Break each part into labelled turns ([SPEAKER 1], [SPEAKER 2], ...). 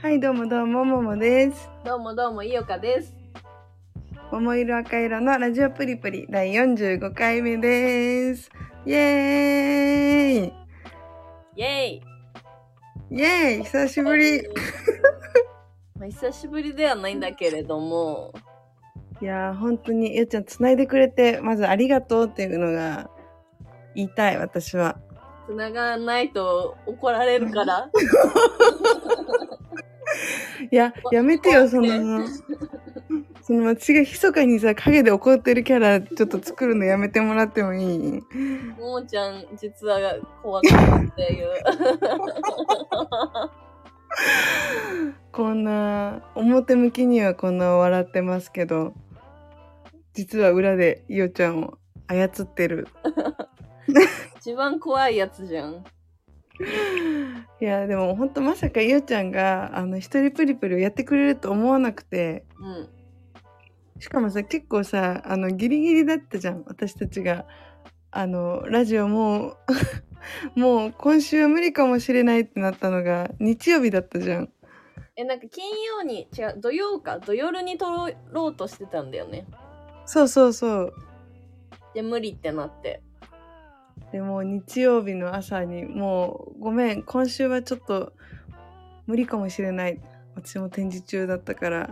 [SPEAKER 1] はい、どうもどうも、ももです。
[SPEAKER 2] どうもどうも、いよかです。
[SPEAKER 1] 桃色赤色のラジオプリプリ第45回目です。イエーイ
[SPEAKER 2] イェイ
[SPEAKER 1] イエーイ久しぶりい。
[SPEAKER 2] まあ、久しぶりではないんだけれども、
[SPEAKER 1] やー、本当に、よっちゃん繋いでくれて、まずありがとうっていうのが言いたい、私は。
[SPEAKER 2] 繋がらないと怒られ るから。
[SPEAKER 1] いや、やめてよ、その、その私が密かにさ、陰で怒ってるキャラ、ちょっと作るのやめてもらってもいい
[SPEAKER 2] ももちゃん、実は怖かったっていう。
[SPEAKER 1] こんな表向きにはこんな笑ってますけど実は裏でいおちゃんを操ってる
[SPEAKER 2] 一番怖いやつじゃん。
[SPEAKER 1] いやでもほんとまさかいおちゃんがあの一人プリプリをやってくれると思わなくて
[SPEAKER 2] うん。
[SPEAKER 1] しかもさ結構さあのギリギリだったじゃん私たちがあのラジオもうもう 今週は無理かもしれないってなったのが日曜日だったじゃん
[SPEAKER 2] え、なんか金曜に、違う、土曜か、土曜に撮ろうとしてたんだよね。
[SPEAKER 1] そうそうそう
[SPEAKER 2] で、無理ってなって。
[SPEAKER 1] でもう日曜日の朝にもうごめん今週はちょっと無理かもしれない私も展示中だったからっ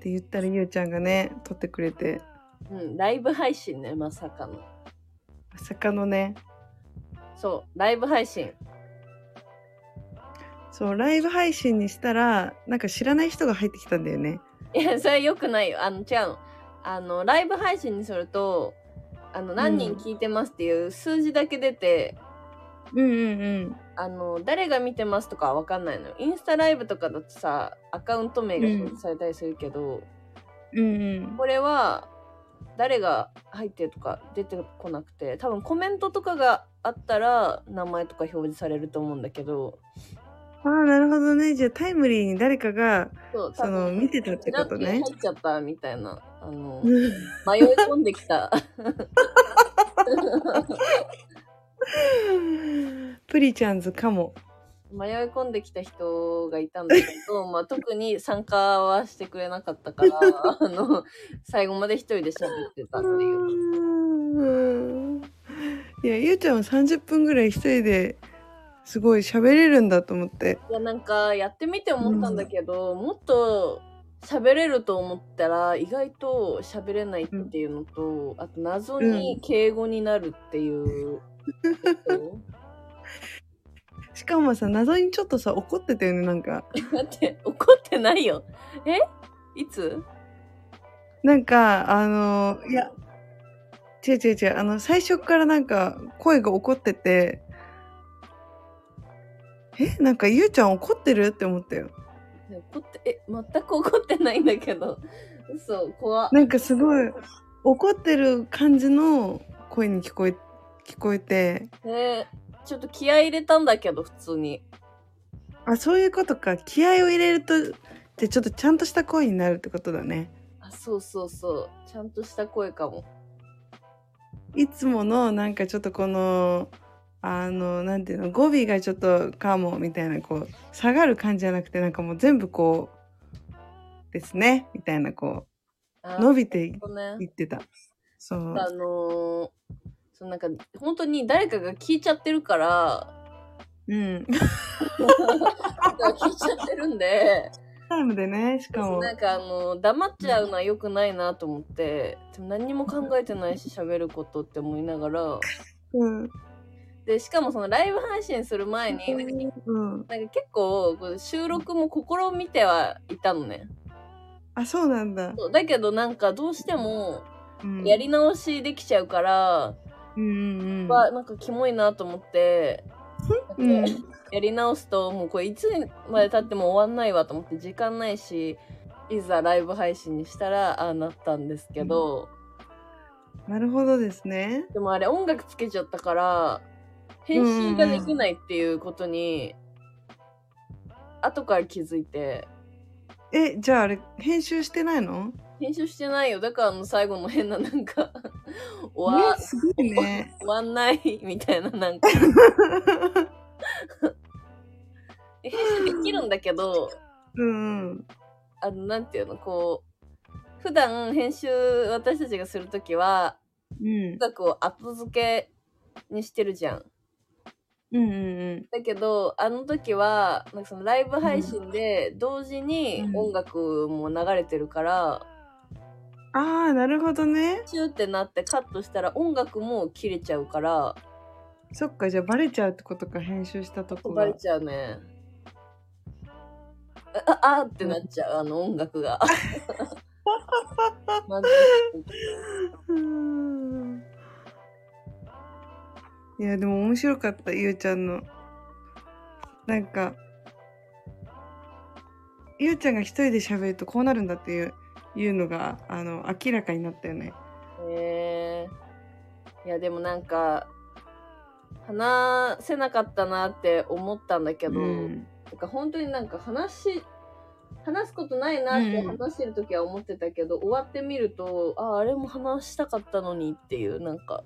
[SPEAKER 1] て言ったらゆうちゃんがね撮ってくれて
[SPEAKER 2] うん、ライブ配信ね、まさかの。
[SPEAKER 1] まさかのね
[SPEAKER 2] そう、ライブ配信。
[SPEAKER 1] そうライブ配信にしたらなんか知らない人が入ってきたんだよね
[SPEAKER 2] いや、それ良くないよ。あの、違うの。あの、ライブ配信にすると、あの、何人聞いてますっていう数字だけ出て、
[SPEAKER 1] うんうんうん
[SPEAKER 2] あの、誰が見てますとかは分かんないのよ。インスタライブとかだとさ、アカウント名が表示されたりするけど、
[SPEAKER 1] うんうん
[SPEAKER 2] これは、誰が入ってるとか出てこなくて、多分コメントとかがあったら、名前とか表示されると思うんだけど、
[SPEAKER 1] ああなるほどねじゃあタイムリーに誰かが
[SPEAKER 2] そう、
[SPEAKER 1] その見てたってこと
[SPEAKER 2] ラッ
[SPEAKER 1] ね
[SPEAKER 2] キー入っちゃったみたいな、あの、迷い込んできた。
[SPEAKER 1] プリちゃんズかも
[SPEAKER 2] 迷い込んできた人がいたんだけど、 まあ、特に参加はしてくれなかった から、あの、最後まで一人で喋ってたっていう。
[SPEAKER 1] いやゆうちゃんは30分ぐらい一人ですごい喋れるんだと思って
[SPEAKER 2] いや、なんか、やってみて思ったんだけど、もっと喋れると思ったら、意外と喋れないっていうのと、あと、謎に敬語になるっていう。
[SPEAKER 1] しかもさ謎にちょっとさ怒ってたよねなんか
[SPEAKER 2] だって、怒ってないよ。えいつ
[SPEAKER 1] なんかあのいや違う違う違うあの最初からなんか声が怒っててえなんかゆうちゃん怒ってるって思ったよ
[SPEAKER 2] 怒って、え、全く怒ってないんだけど。嘘、怖っ
[SPEAKER 1] なんかすごい怒ってる感じの声に聞こえ聞こえて
[SPEAKER 2] ねえちょっと気合い入れたんだけど普通に
[SPEAKER 1] あそういうことか気合を入れるとじゃあちょっとちゃんとした声になるってことだね
[SPEAKER 2] あそうそうそうちゃんとした声かも
[SPEAKER 1] いつものなんかちょっとこのあのなんていうの語尾がちょっとかもみたいなこう下がる感じじゃなくてなんかもう全部こうですねみたいなこ
[SPEAKER 2] あ
[SPEAKER 1] う伸びてい
[SPEAKER 2] ほんとね
[SPEAKER 1] ってたそう
[SPEAKER 2] あのー、そうなんか本当に誰かが聞いちゃってるから
[SPEAKER 1] うん
[SPEAKER 2] 聞いちゃってるんで
[SPEAKER 1] タイムでねしかも
[SPEAKER 2] なんかあのー黙っちゃうのは良くないなと思ってでも何にも考えてないし喋ることって思いながら
[SPEAKER 1] うん
[SPEAKER 2] でしかもそのライブ配信する前になんか
[SPEAKER 1] うん
[SPEAKER 2] なんか結構こう収録も試みてはいたのね
[SPEAKER 1] あそうなんだ
[SPEAKER 2] そうだけどなんかどうしても
[SPEAKER 1] うん
[SPEAKER 2] やり直しできちゃうから、
[SPEAKER 1] うんうんうん
[SPEAKER 2] はなんかキモいなと思って、
[SPEAKER 1] うん
[SPEAKER 2] やり直すともうこれいつまで経っても終わんないわと思って時間ないしいざライブ配信にしたらああなったんですけど、
[SPEAKER 1] なるほどですね
[SPEAKER 2] でもあれ音楽つけちゃったから編集ができないっていうことに、後から気づいて
[SPEAKER 1] えじゃああれ編集してないの
[SPEAKER 2] 編集してないよだからあの最後の変ななんか 終わ
[SPEAKER 1] ねすごいね
[SPEAKER 2] 終わんないみたいななんか編集できるんだけど、
[SPEAKER 1] うんうん
[SPEAKER 2] あの、なんていうの、こう、普段編集私たちがするときは、
[SPEAKER 1] うん
[SPEAKER 2] 音楽を後付けにしてるじゃん。
[SPEAKER 1] うんうん
[SPEAKER 2] だけど、あの時は、なんかそのライブ配信で同時に
[SPEAKER 1] うん
[SPEAKER 2] 音楽も流れてるから、
[SPEAKER 1] ああなるほどね
[SPEAKER 2] チューってなってカットしたら音楽も切れちゃうから、
[SPEAKER 1] そっかじゃあバレちゃうってことか編集したとこが
[SPEAKER 2] バレちゃうね。あああーってなっちゃう、あの音 楽が。まず
[SPEAKER 1] うんいやでも面白かったゆうちゃんのなんかゆうちゃんが一人で喋るとこうなるんだっていういうのがあの明らかになったよね
[SPEAKER 2] へえいやでもなんか話せなかったなって思ったんだけど、
[SPEAKER 1] うん
[SPEAKER 2] なんか本当になんか話し話すことないなって
[SPEAKER 1] うん
[SPEAKER 2] 話してる時は思ってたけど、終わってみるとああれも話したかったのにっていうなん か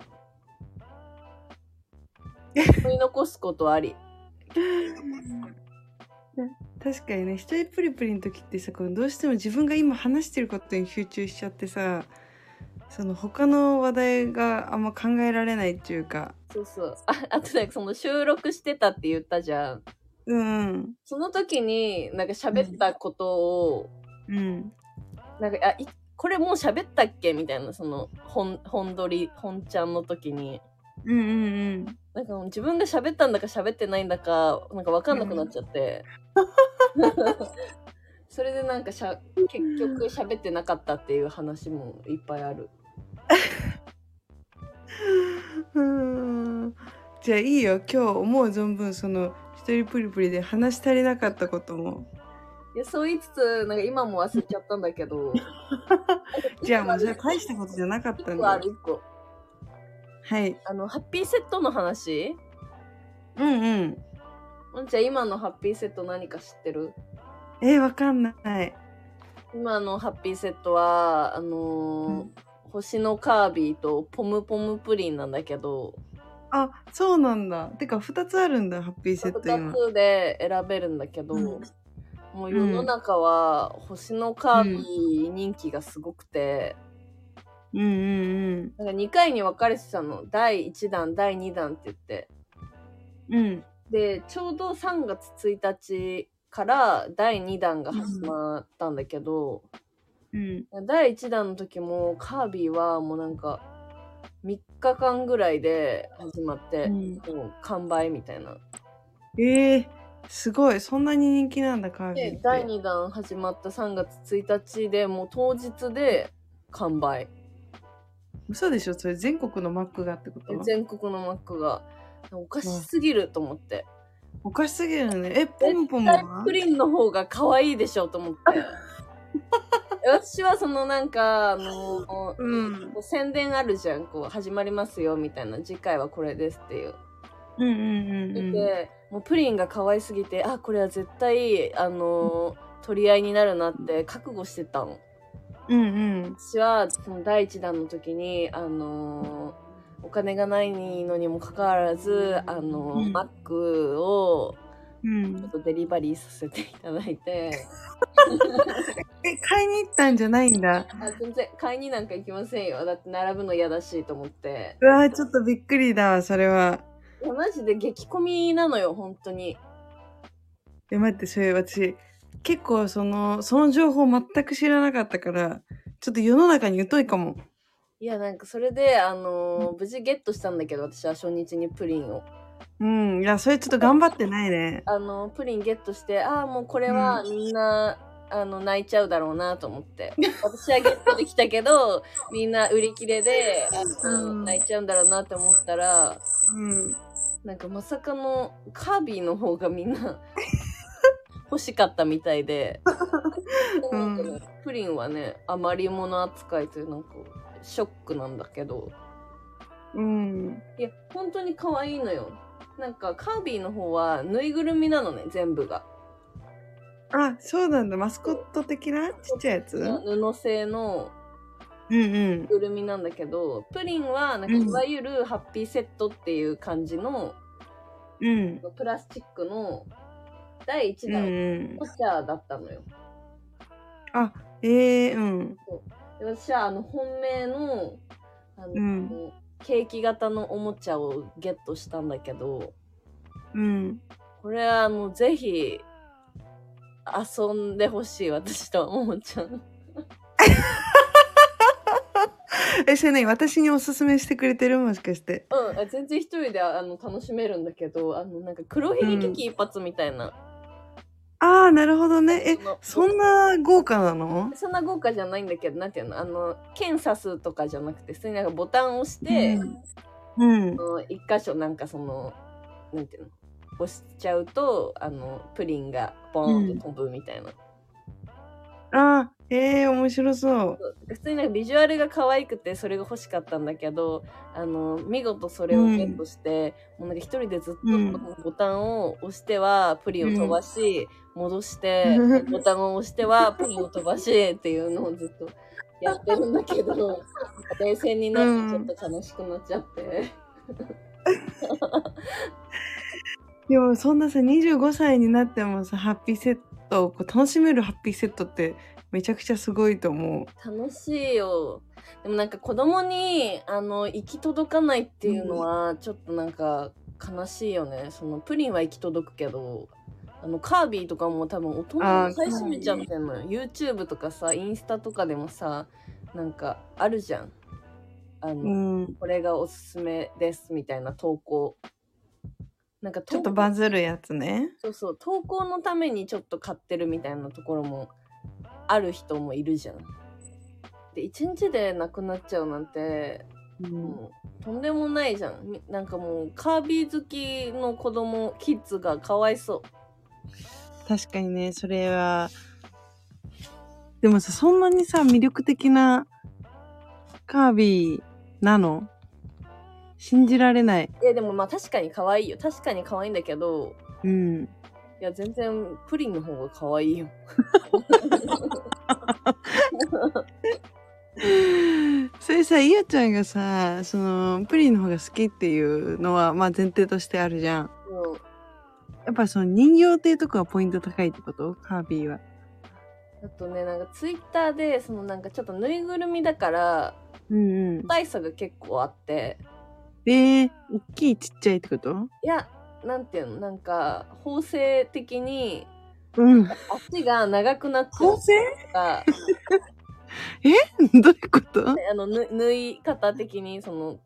[SPEAKER 2] 思い残すことあり
[SPEAKER 1] 確かにね一人プリプリの時ってさこうどうしても自分が今話してることに集中しちゃってさその他の話題があんま考えられないっていうか
[SPEAKER 2] そうそうああとなんかその収録してたって言ったじゃん
[SPEAKER 1] うん
[SPEAKER 2] その時になんか喋ったことを、
[SPEAKER 1] うん
[SPEAKER 2] なんか、あ、いこれもう喋ったっけみたいな、その、本、本撮り、本ちゃんの時に。
[SPEAKER 1] うんうんうん
[SPEAKER 2] なんかもう自分が喋ったんだか喋ってないんだか、なんかわかんなくなっちゃって。 それでなんかしゃ、結局喋ってなかったっていう話もいっぱいある。
[SPEAKER 1] うーん じゃあいいよ今日思う存分その一人プリプリで話し足りなかったことも
[SPEAKER 2] いや、そう言いつつ、なんか今も忘れちゃったんだけど。
[SPEAKER 1] じゃあもうそれ大したことじゃなかった
[SPEAKER 2] 一
[SPEAKER 1] ん
[SPEAKER 2] 個
[SPEAKER 1] だ
[SPEAKER 2] ある、一個。
[SPEAKER 1] はい
[SPEAKER 2] あの、ハッピーセットの話
[SPEAKER 1] うんうん
[SPEAKER 2] もんちゃん、今のハッピーセット何か知ってる
[SPEAKER 1] えーわかんない
[SPEAKER 2] 今のハッピーセットはあのー
[SPEAKER 1] うん
[SPEAKER 2] 星のカービィとポムポムプリンなんだけど
[SPEAKER 1] あそうなんだてか2つあるんだハッピーセット
[SPEAKER 2] 2
[SPEAKER 1] 今
[SPEAKER 2] つで選べるんだけど、
[SPEAKER 1] うん
[SPEAKER 2] もう世の中は星のカービィ人気がすごくて、
[SPEAKER 1] うんうん
[SPEAKER 2] なんか2回に分かれてたの第1弾第2弾って言って
[SPEAKER 1] うんうん
[SPEAKER 2] でちょうど3月1日から第2弾が始まったんだけど、
[SPEAKER 1] うん
[SPEAKER 2] 第1弾の時もカービィはもうなんか3日間ぐらいで始まって、
[SPEAKER 1] うん
[SPEAKER 2] もう完売みたいな。
[SPEAKER 1] えー、すごいそんなに人気なんだカービィって
[SPEAKER 2] で第2弾始まった3月1日でもう当日で完売
[SPEAKER 1] 嘘でしょそれ全国のマックがってこと
[SPEAKER 2] 全国のマックがおかしすぎると思って
[SPEAKER 1] おかしすぎるよねえポム
[SPEAKER 2] 絶
[SPEAKER 1] ポム
[SPEAKER 2] 対
[SPEAKER 1] は
[SPEAKER 2] プリンの方が可愛いでしょと思 って私はそのなんかあの、
[SPEAKER 1] うん
[SPEAKER 2] こう宣伝あるじゃんこう始まりますよみたいな次回はこれですっていう
[SPEAKER 1] うんうんうんうん
[SPEAKER 2] で、もうプリンが可愛すぎてあこれは絶対あのー取り合いになるなって覚悟してたの
[SPEAKER 1] うんうん
[SPEAKER 2] 私はその第一弾の時にあのーお金がないのにもかかわらずあのー
[SPEAKER 1] うん
[SPEAKER 2] マックを
[SPEAKER 1] うん
[SPEAKER 2] ちょっとデリバリーさせていただいて
[SPEAKER 1] え買いに行ったんじゃないんだ
[SPEAKER 2] あ全然買いになんか行きませんよだって並ぶの嫌だしと思って
[SPEAKER 1] うわーちょっとびっくりだわそれはい
[SPEAKER 2] やマジで激混みなのよ本当に
[SPEAKER 1] え待ってそれ私結構そのその情報全く知らなかったからちょっと世の中に疎いかも
[SPEAKER 2] いやなんかそれであのー無事ゲットしたんだけど私は初日にプリンを
[SPEAKER 1] うんいやそれちょっと頑張ってないね
[SPEAKER 2] あのプリンゲットしてああもうこれはみんな、あの泣いちゃうだろうなと思って私はゲットできたけどみんな売り切れであの、
[SPEAKER 1] うん
[SPEAKER 2] 泣いちゃうんだろうなって思ったら
[SPEAKER 1] うん
[SPEAKER 2] なんかまさかのカービィの方がみんな欲しかったみたいで、
[SPEAKER 1] うん
[SPEAKER 2] なんかプリンはね余り物扱いというなんかショックなんだけど
[SPEAKER 1] うん
[SPEAKER 2] いや本当に可愛いのよなんかカービィの方はぬいぐるみなのね全部が。
[SPEAKER 1] あそうなんだマスコット的なちっちゃいやつうん
[SPEAKER 2] 布製の
[SPEAKER 1] うん
[SPEAKER 2] ぐるみなんだけどプリンはなんか
[SPEAKER 1] うん
[SPEAKER 2] いわゆるハッピーセットっていう感じの、
[SPEAKER 1] うん
[SPEAKER 2] プラスチックの第1
[SPEAKER 1] うんう
[SPEAKER 2] 弾、
[SPEAKER 1] ん
[SPEAKER 2] ポスターだったのよ。
[SPEAKER 1] ええうん
[SPEAKER 2] で私はあの本命のあの、
[SPEAKER 1] うん
[SPEAKER 2] ケーキ型のおもちゃをゲットしたんだけど
[SPEAKER 1] うん
[SPEAKER 2] これはもうぜひ遊んでほしい私とももちゃん
[SPEAKER 1] えそれね私におすすめしてくれてるもしかして
[SPEAKER 2] うんあ全然一人であの楽しめるんだけどあのなんか黒ひげ危機一発みたいな、
[SPEAKER 1] ああなるほどねえ
[SPEAKER 2] その
[SPEAKER 1] そんな豪華なの
[SPEAKER 2] そんな豪華じゃないんだけどなんていうのあの剣刺すとかじゃなくて普通になんかボタンを押して、
[SPEAKER 1] うんうん
[SPEAKER 2] あの一箇所なんかそのなんていうの押しちゃうとあのプリンがボーンと飛ぶみたいな、
[SPEAKER 1] あーええ面白そう
[SPEAKER 2] 普通になんかビジュアルが可愛くてそれが欲しかったんだけどあの見事それをゲットして、もうなんか一人でずっ
[SPEAKER 1] うん
[SPEAKER 2] とボタンを押してはプリンを飛ばし、戻 して
[SPEAKER 1] うん
[SPEAKER 2] ボタンを押してはプリンを飛ばしっていうのをずっとやってるんだけど冷静になってちょっと悲しくなっちゃって。
[SPEAKER 1] でもそんなさ25歳になってもさハッピーセットをこう楽しめるハッピーセットってめちゃくちゃすごいと思
[SPEAKER 2] 楽しいよでもなんか子供にあの行き届かないっていうのはちょっとなんか悲しいよね、そのプリンは行き届くけどあのカービィとかも多分大人
[SPEAKER 1] あ
[SPEAKER 2] が
[SPEAKER 1] ー
[SPEAKER 2] 買い占めちゃってんのよ YouTube とかさインスタとかでもさなんかあるじゃんあの、
[SPEAKER 1] う。うん、
[SPEAKER 2] これがおすすめですみたいな投稿なんか
[SPEAKER 1] ちょっ
[SPEAKER 2] 投
[SPEAKER 1] と
[SPEAKER 2] 稿
[SPEAKER 1] バズるやつね。
[SPEAKER 2] そうそう投稿のためにちょっと買ってるみたいなところもある人もいるじゃん。で一日でなくなっちゃうなんてもうとんでもないじゃんみなんかもうカービィ好きの子供キッズがかわいそ
[SPEAKER 1] 確かにねそれはでもさそんなにさ魅力的なカービィなの信じられない。
[SPEAKER 2] ういやでもまあ確かに可愛いよ確かに可愛いんだけど
[SPEAKER 1] うん、
[SPEAKER 2] いや全然プリンの方が可愛いよ
[SPEAKER 1] それさいやちゃんがさそのプリンの方が好きっていうのは、まあ、前提としてあるじゃん。
[SPEAKER 2] もう
[SPEAKER 1] やっぱその人形っていうとこがポイント高いってことカービィは。
[SPEAKER 2] あとねなんかツイッターでそのなんかちょっとぬいぐるみだから
[SPEAKER 1] うんうん
[SPEAKER 2] 個。体差が結構あって
[SPEAKER 1] えー、大きいちっちゃいってこと
[SPEAKER 2] いや、なんていうの、なんか、法制的に
[SPEAKER 1] うん。
[SPEAKER 2] 足が長くなっちゃう
[SPEAKER 1] 成
[SPEAKER 2] とか、
[SPEAKER 1] どういうこと
[SPEAKER 2] あの、ぬ縫い方的に、その、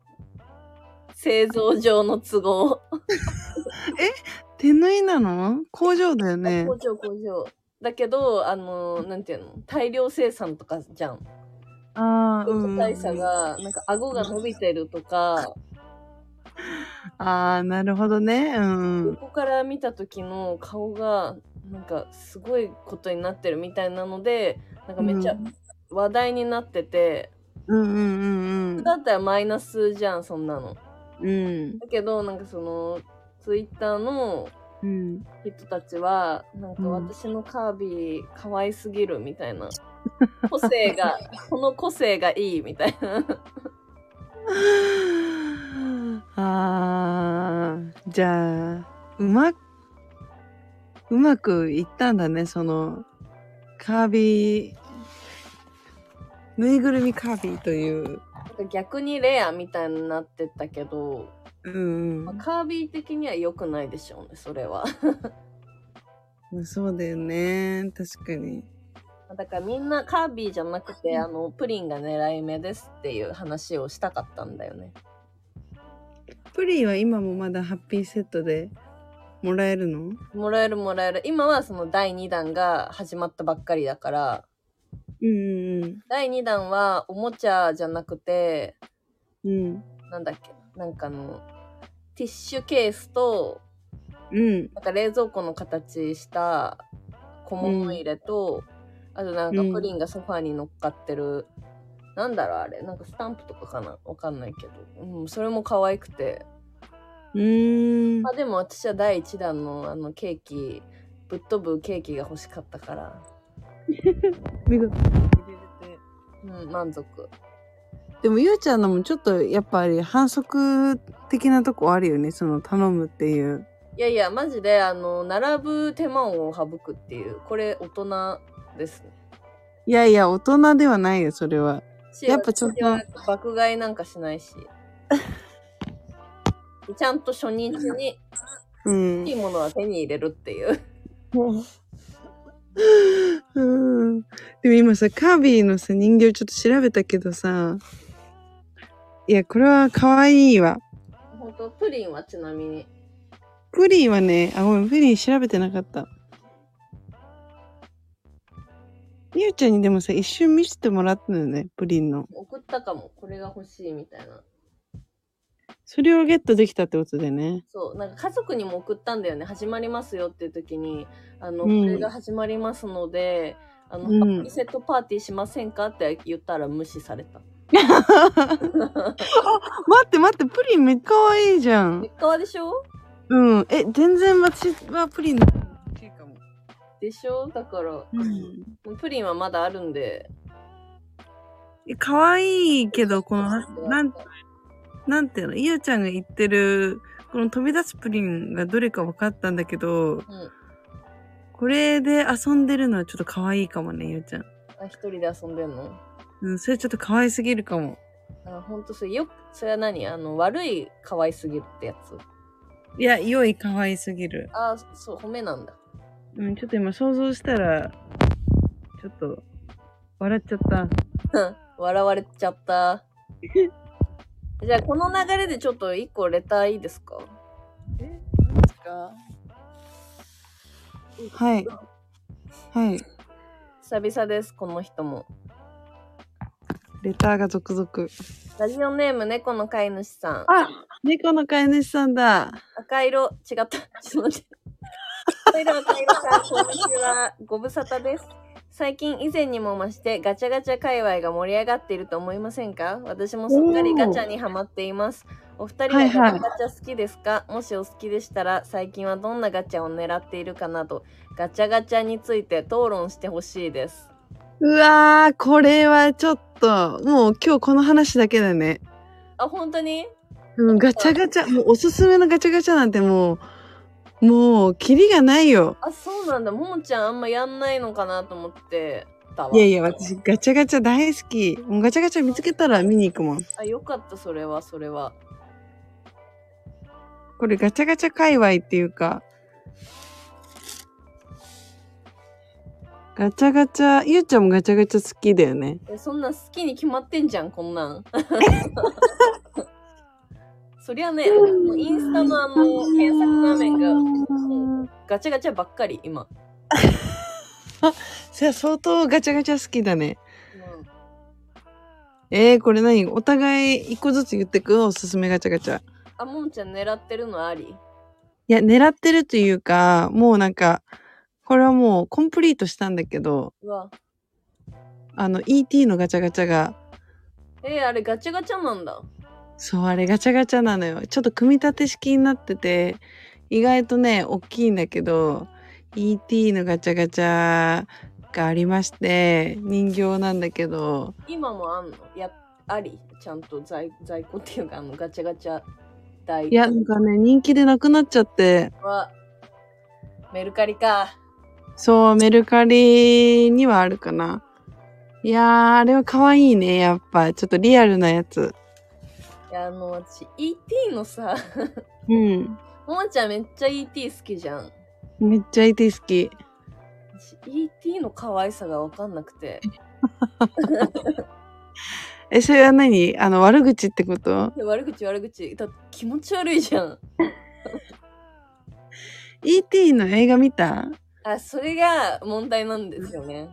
[SPEAKER 2] 製造上の都合。
[SPEAKER 1] 手縫いなの工場だよね
[SPEAKER 2] 工。場工場。だけど、あの、なんていうの、大量生産とかじゃん。
[SPEAKER 1] ああ、うんう
[SPEAKER 2] 個
[SPEAKER 1] ん。
[SPEAKER 2] 体差が、なんか顎が伸びてるとか、
[SPEAKER 1] ああ、なるほどね。うんう
[SPEAKER 2] こ
[SPEAKER 1] ん。
[SPEAKER 2] こから見た時の顔が、なんか、すごいことになってるみたいなので、なんかめっちゃ話題になってて、
[SPEAKER 1] うんうんうん
[SPEAKER 2] だったらマイナスじゃんそんなのだ
[SPEAKER 1] うん。うん。
[SPEAKER 2] けどなんかそのツイッターの
[SPEAKER 1] うん。
[SPEAKER 2] 人たちはなんか
[SPEAKER 1] うん
[SPEAKER 2] 私のカービィ可愛すぎるみた いな個性がこの個性がいいみたいな
[SPEAKER 1] ああ、じゃあ、うま、うまくいったんだね、その、カービィ、ぬいぐるみカービィという。
[SPEAKER 2] なんか逆にレアみたいになってったけど、
[SPEAKER 1] うん
[SPEAKER 2] まあ、カービィ的には良くないでしょうねそれは
[SPEAKER 1] うん。そうだよね。確かに。
[SPEAKER 2] だからみんなカービィじゃなくてあのプリンが狙い目ですっていう話をしたかったんだよね
[SPEAKER 1] プリンは今もまだハッピーセットでもらえるの
[SPEAKER 2] もらえるもらえる今はその第2弾が始まったばっかりだから
[SPEAKER 1] うんうん
[SPEAKER 2] 第2弾はおもちゃじゃなくて
[SPEAKER 1] うん。
[SPEAKER 2] なんだっけなんかあのティッシュケースと
[SPEAKER 1] うん。
[SPEAKER 2] なんか冷蔵庫の形した小物入れと、あとなんか
[SPEAKER 1] うん
[SPEAKER 2] プリンがソファーに乗っかってる、なんだろうあれなんかスタンプとかかなわかんないけど、うん、それも可愛くて
[SPEAKER 1] うーん。
[SPEAKER 2] まあでも私は第1弾のあのケーキぶっ飛ぶケーキが欲しかったから、
[SPEAKER 1] 見事
[SPEAKER 2] うん、満足
[SPEAKER 1] でもゆうちゃんのもちょっとやっぱり反則的なとこあるよねその頼むっていう。
[SPEAKER 2] いやいや、マジで、あの、並ぶ手間を省くっていう、これ、大人ですね。
[SPEAKER 1] いやいや、大人ではないよ、それは。
[SPEAKER 2] し
[SPEAKER 1] やっぱちょっと
[SPEAKER 2] 私は爆買いなんかしないし。 ちゃんと初日に
[SPEAKER 1] うん
[SPEAKER 2] いい。ものは手に入れるっていう。
[SPEAKER 1] うんでも今さ、カービィのさ、人形ちょっと調べたけどさ、いや、これは可愛いわ。
[SPEAKER 2] 本当プリンはちなみに。
[SPEAKER 1] プリンはね、あ、ごめん、プリン調べてなかった。みゆちゃんにでもさ、一瞬見せてもらったのよね、プリンの。
[SPEAKER 2] 送ったかも。これが欲しいみたいな。
[SPEAKER 1] それをゲットできたってことでね。
[SPEAKER 2] そう、なんか家族にも送ったんだよね。始まりますよっていう時に、あの、
[SPEAKER 1] うん
[SPEAKER 2] これが始まりますので、あの、
[SPEAKER 1] うん
[SPEAKER 2] ハッピーセットパーティーしませんかって言ったら無視された。
[SPEAKER 1] 待って待って、プリンめっちゃ可愛いじゃん
[SPEAKER 2] 結。果はでしょ
[SPEAKER 1] うん。え、全然私はプリンの方が欲しいかも。
[SPEAKER 2] でしょだから、
[SPEAKER 1] うん。
[SPEAKER 2] プリンはまだあるんで。
[SPEAKER 1] え可愛いけど、この、なん、
[SPEAKER 2] か。
[SPEAKER 1] なんていうの、いやちゃんが言ってる、この飛び出すプリンがどれか分かったんだけど、
[SPEAKER 2] うん。
[SPEAKER 1] これで遊んでるのはちょっと可愛いかもね、ゆうちゃん。
[SPEAKER 2] あ、一人で遊んでんの
[SPEAKER 1] うん、それちょっと可愛すぎるかも。
[SPEAKER 2] あ、ほんとそれ、よく、それは何あの、悪い可愛すぎるってやつ。
[SPEAKER 1] いや、良い可愛すぎる。
[SPEAKER 2] あ、そう、褒めなんだ。
[SPEAKER 1] うん、ちょっと今想像したら、ちょっと、笑っちゃった。
[SPEAKER 2] 笑われちゃった。 じゃあ、この流れでちょっと一個レターいいですか
[SPEAKER 1] え、何ですかはい。はい。
[SPEAKER 2] 久々です、この人も。
[SPEAKER 1] レターが続々。
[SPEAKER 2] ラジオネーム、猫の飼い主さん。
[SPEAKER 1] あ猫の飼い主さんだ。
[SPEAKER 2] 赤色、違った。 ちょっと待って。赤色、赤色さん、こんにちは。ご無沙汰です。最近以前にも増してガチャガチャ界隈が盛り上がっていると思いませんか私もすっかりガチャにはまっています。お二人は
[SPEAKER 1] はい
[SPEAKER 2] ガチ
[SPEAKER 1] はい
[SPEAKER 2] ャガチャ好きですか、もしお好きでしたら最近はどんなガチャを狙っているかなどガチャガチャについて討論してほしいです。
[SPEAKER 1] うわー、これはちょっと、もう今日この話だけだね。
[SPEAKER 2] あ、本当に
[SPEAKER 1] うん、ガチャガチャ、もうおすすめのガチャガチャなんてもう、もう、キリがないよ。
[SPEAKER 2] あ、そうなんだ。ももちゃんあんまやんないのかなと思ってたわ。
[SPEAKER 1] いやいや、私、ガチャガチャ大好き。もうガチャガチャ見つけたら見に行くもん。
[SPEAKER 2] あ、よかった、それは、それは。
[SPEAKER 1] これガチャガチャ界隈っていうか、ガチャガチャ、ゆうちゃんもガチャガチャ好きだよね。
[SPEAKER 2] えそんなん好きに決まってんじゃんこんなんそりゃねもうインスタのあの検索画面がもうガチャガチャばっかり今、
[SPEAKER 1] そりゃ相当ガチャガチャ好きだね。えー、これ何お互い一個ずつ言ってくおすすめガチャガチャ。
[SPEAKER 2] あもんちゃん狙ってるのあり
[SPEAKER 1] いや、狙ってるというか、もうなんか、これはもうコンプリートしたんだけど、
[SPEAKER 2] うわ
[SPEAKER 1] あの、ET のガチャガチャが、
[SPEAKER 2] えーあれガチャガチャなんだ
[SPEAKER 1] そう、あれガチャガチャなのよ。ちょっと組み立て式になってて、意外とね、大きいんだけど、ET のガチャガチャがありまして、人形なんだけど、
[SPEAKER 2] 今もあんのやありちゃんと在在庫っていうかあのガチャガチャ台
[SPEAKER 1] いや、なんかね、人気でなくなっちゃって、
[SPEAKER 2] はメルカリか
[SPEAKER 1] そう、メルカリにはあるかな。いやー、あれは可愛いね、やっぱ。ちょっとリアルなやつ。
[SPEAKER 2] いやあの私 ET のさ
[SPEAKER 1] うん。
[SPEAKER 2] ももちゃんめっちゃ ET 好きじゃん
[SPEAKER 1] めっちゃ ET 好き。
[SPEAKER 2] 私 ET の可愛さが分かんなくて
[SPEAKER 1] え、それは何あの、悪口ってこと
[SPEAKER 2] 悪口悪口だって気持ち悪いじゃん
[SPEAKER 1] ?ET の映画見た
[SPEAKER 2] あそれが問題なんですよね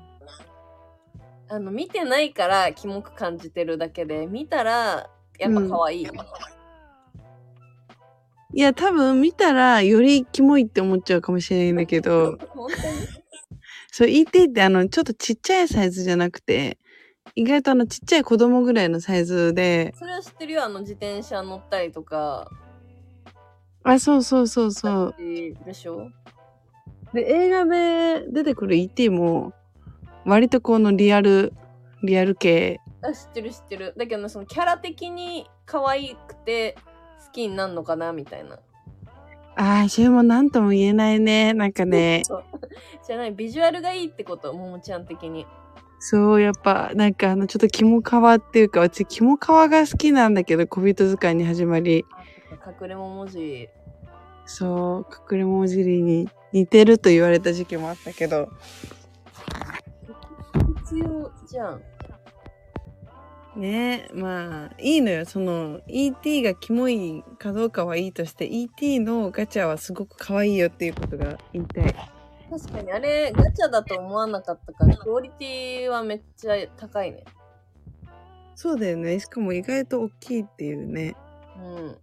[SPEAKER 2] あの見てないからキモく感じてるだけで見たらやっぱ可愛い、
[SPEAKER 1] いや、多分見たらよりキモいって思っちゃうかもしれないんだけど、
[SPEAKER 2] 本当に
[SPEAKER 1] そう、ET ってあの、ちょっとちっちゃいサイズじゃなくて、意外とあの、ちっちゃい子供ぐらいのサイズで、
[SPEAKER 2] それは知ってるよあの自転車乗ったりとか
[SPEAKER 1] あ、そうそうそうそう。
[SPEAKER 2] でしょ
[SPEAKER 1] で、映画で出てくる ET も、割とこのリアル、リアル系。
[SPEAKER 2] あ知ってる知ってるだけどねそのキャラ的に可愛くて好きになんのかなみたいない
[SPEAKER 1] ああ、それも何とも言えないね。なんか ね、
[SPEAKER 2] じゃない、ビジュアルがいいってこと、ももちゃん的に。
[SPEAKER 1] そう、やっぱ、なんかあの、ちょっと肝皮っていうか、うち肝皮が好きなんだけど、小人図鑑に始まり、
[SPEAKER 2] 隠れも文字。
[SPEAKER 1] そう、隠れ文字りに似てると言われた時期もあったけど、
[SPEAKER 2] 必要じゃん。
[SPEAKER 1] ねえ、まあ、いいのよ。その、ET がキモいかどうかはいいとして、ET のガチャはすごく可愛いよっていうことが言いたい。
[SPEAKER 2] 確かに、あれ、ガチャだと思わなかったから、クオリティはめっちゃ高いね。
[SPEAKER 1] そうだよね。しかも意外と大きいっていうね。
[SPEAKER 2] うん。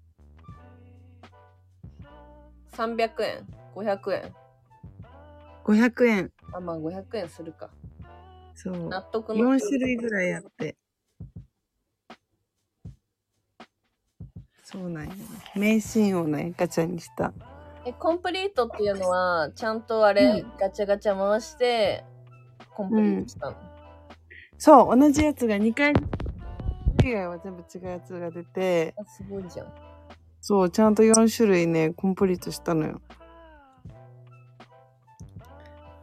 [SPEAKER 2] 300円、500円。
[SPEAKER 1] 500円。
[SPEAKER 2] あ、まあ500円するか。
[SPEAKER 1] そう。
[SPEAKER 2] 納得の。
[SPEAKER 1] 4種類ぐらいあって。そうなんや。名シーンをね、ガチャにした。
[SPEAKER 2] え、コンプリートっていうのは、ちゃんとあれ、ガチャガチャ回して、コンプリートしたの。
[SPEAKER 1] そう、同じやつが2回。以外は全部違うやつが出て、
[SPEAKER 2] あすごいじゃん。
[SPEAKER 1] そう、ちゃんと4種類ね、コンプリートしたのよ。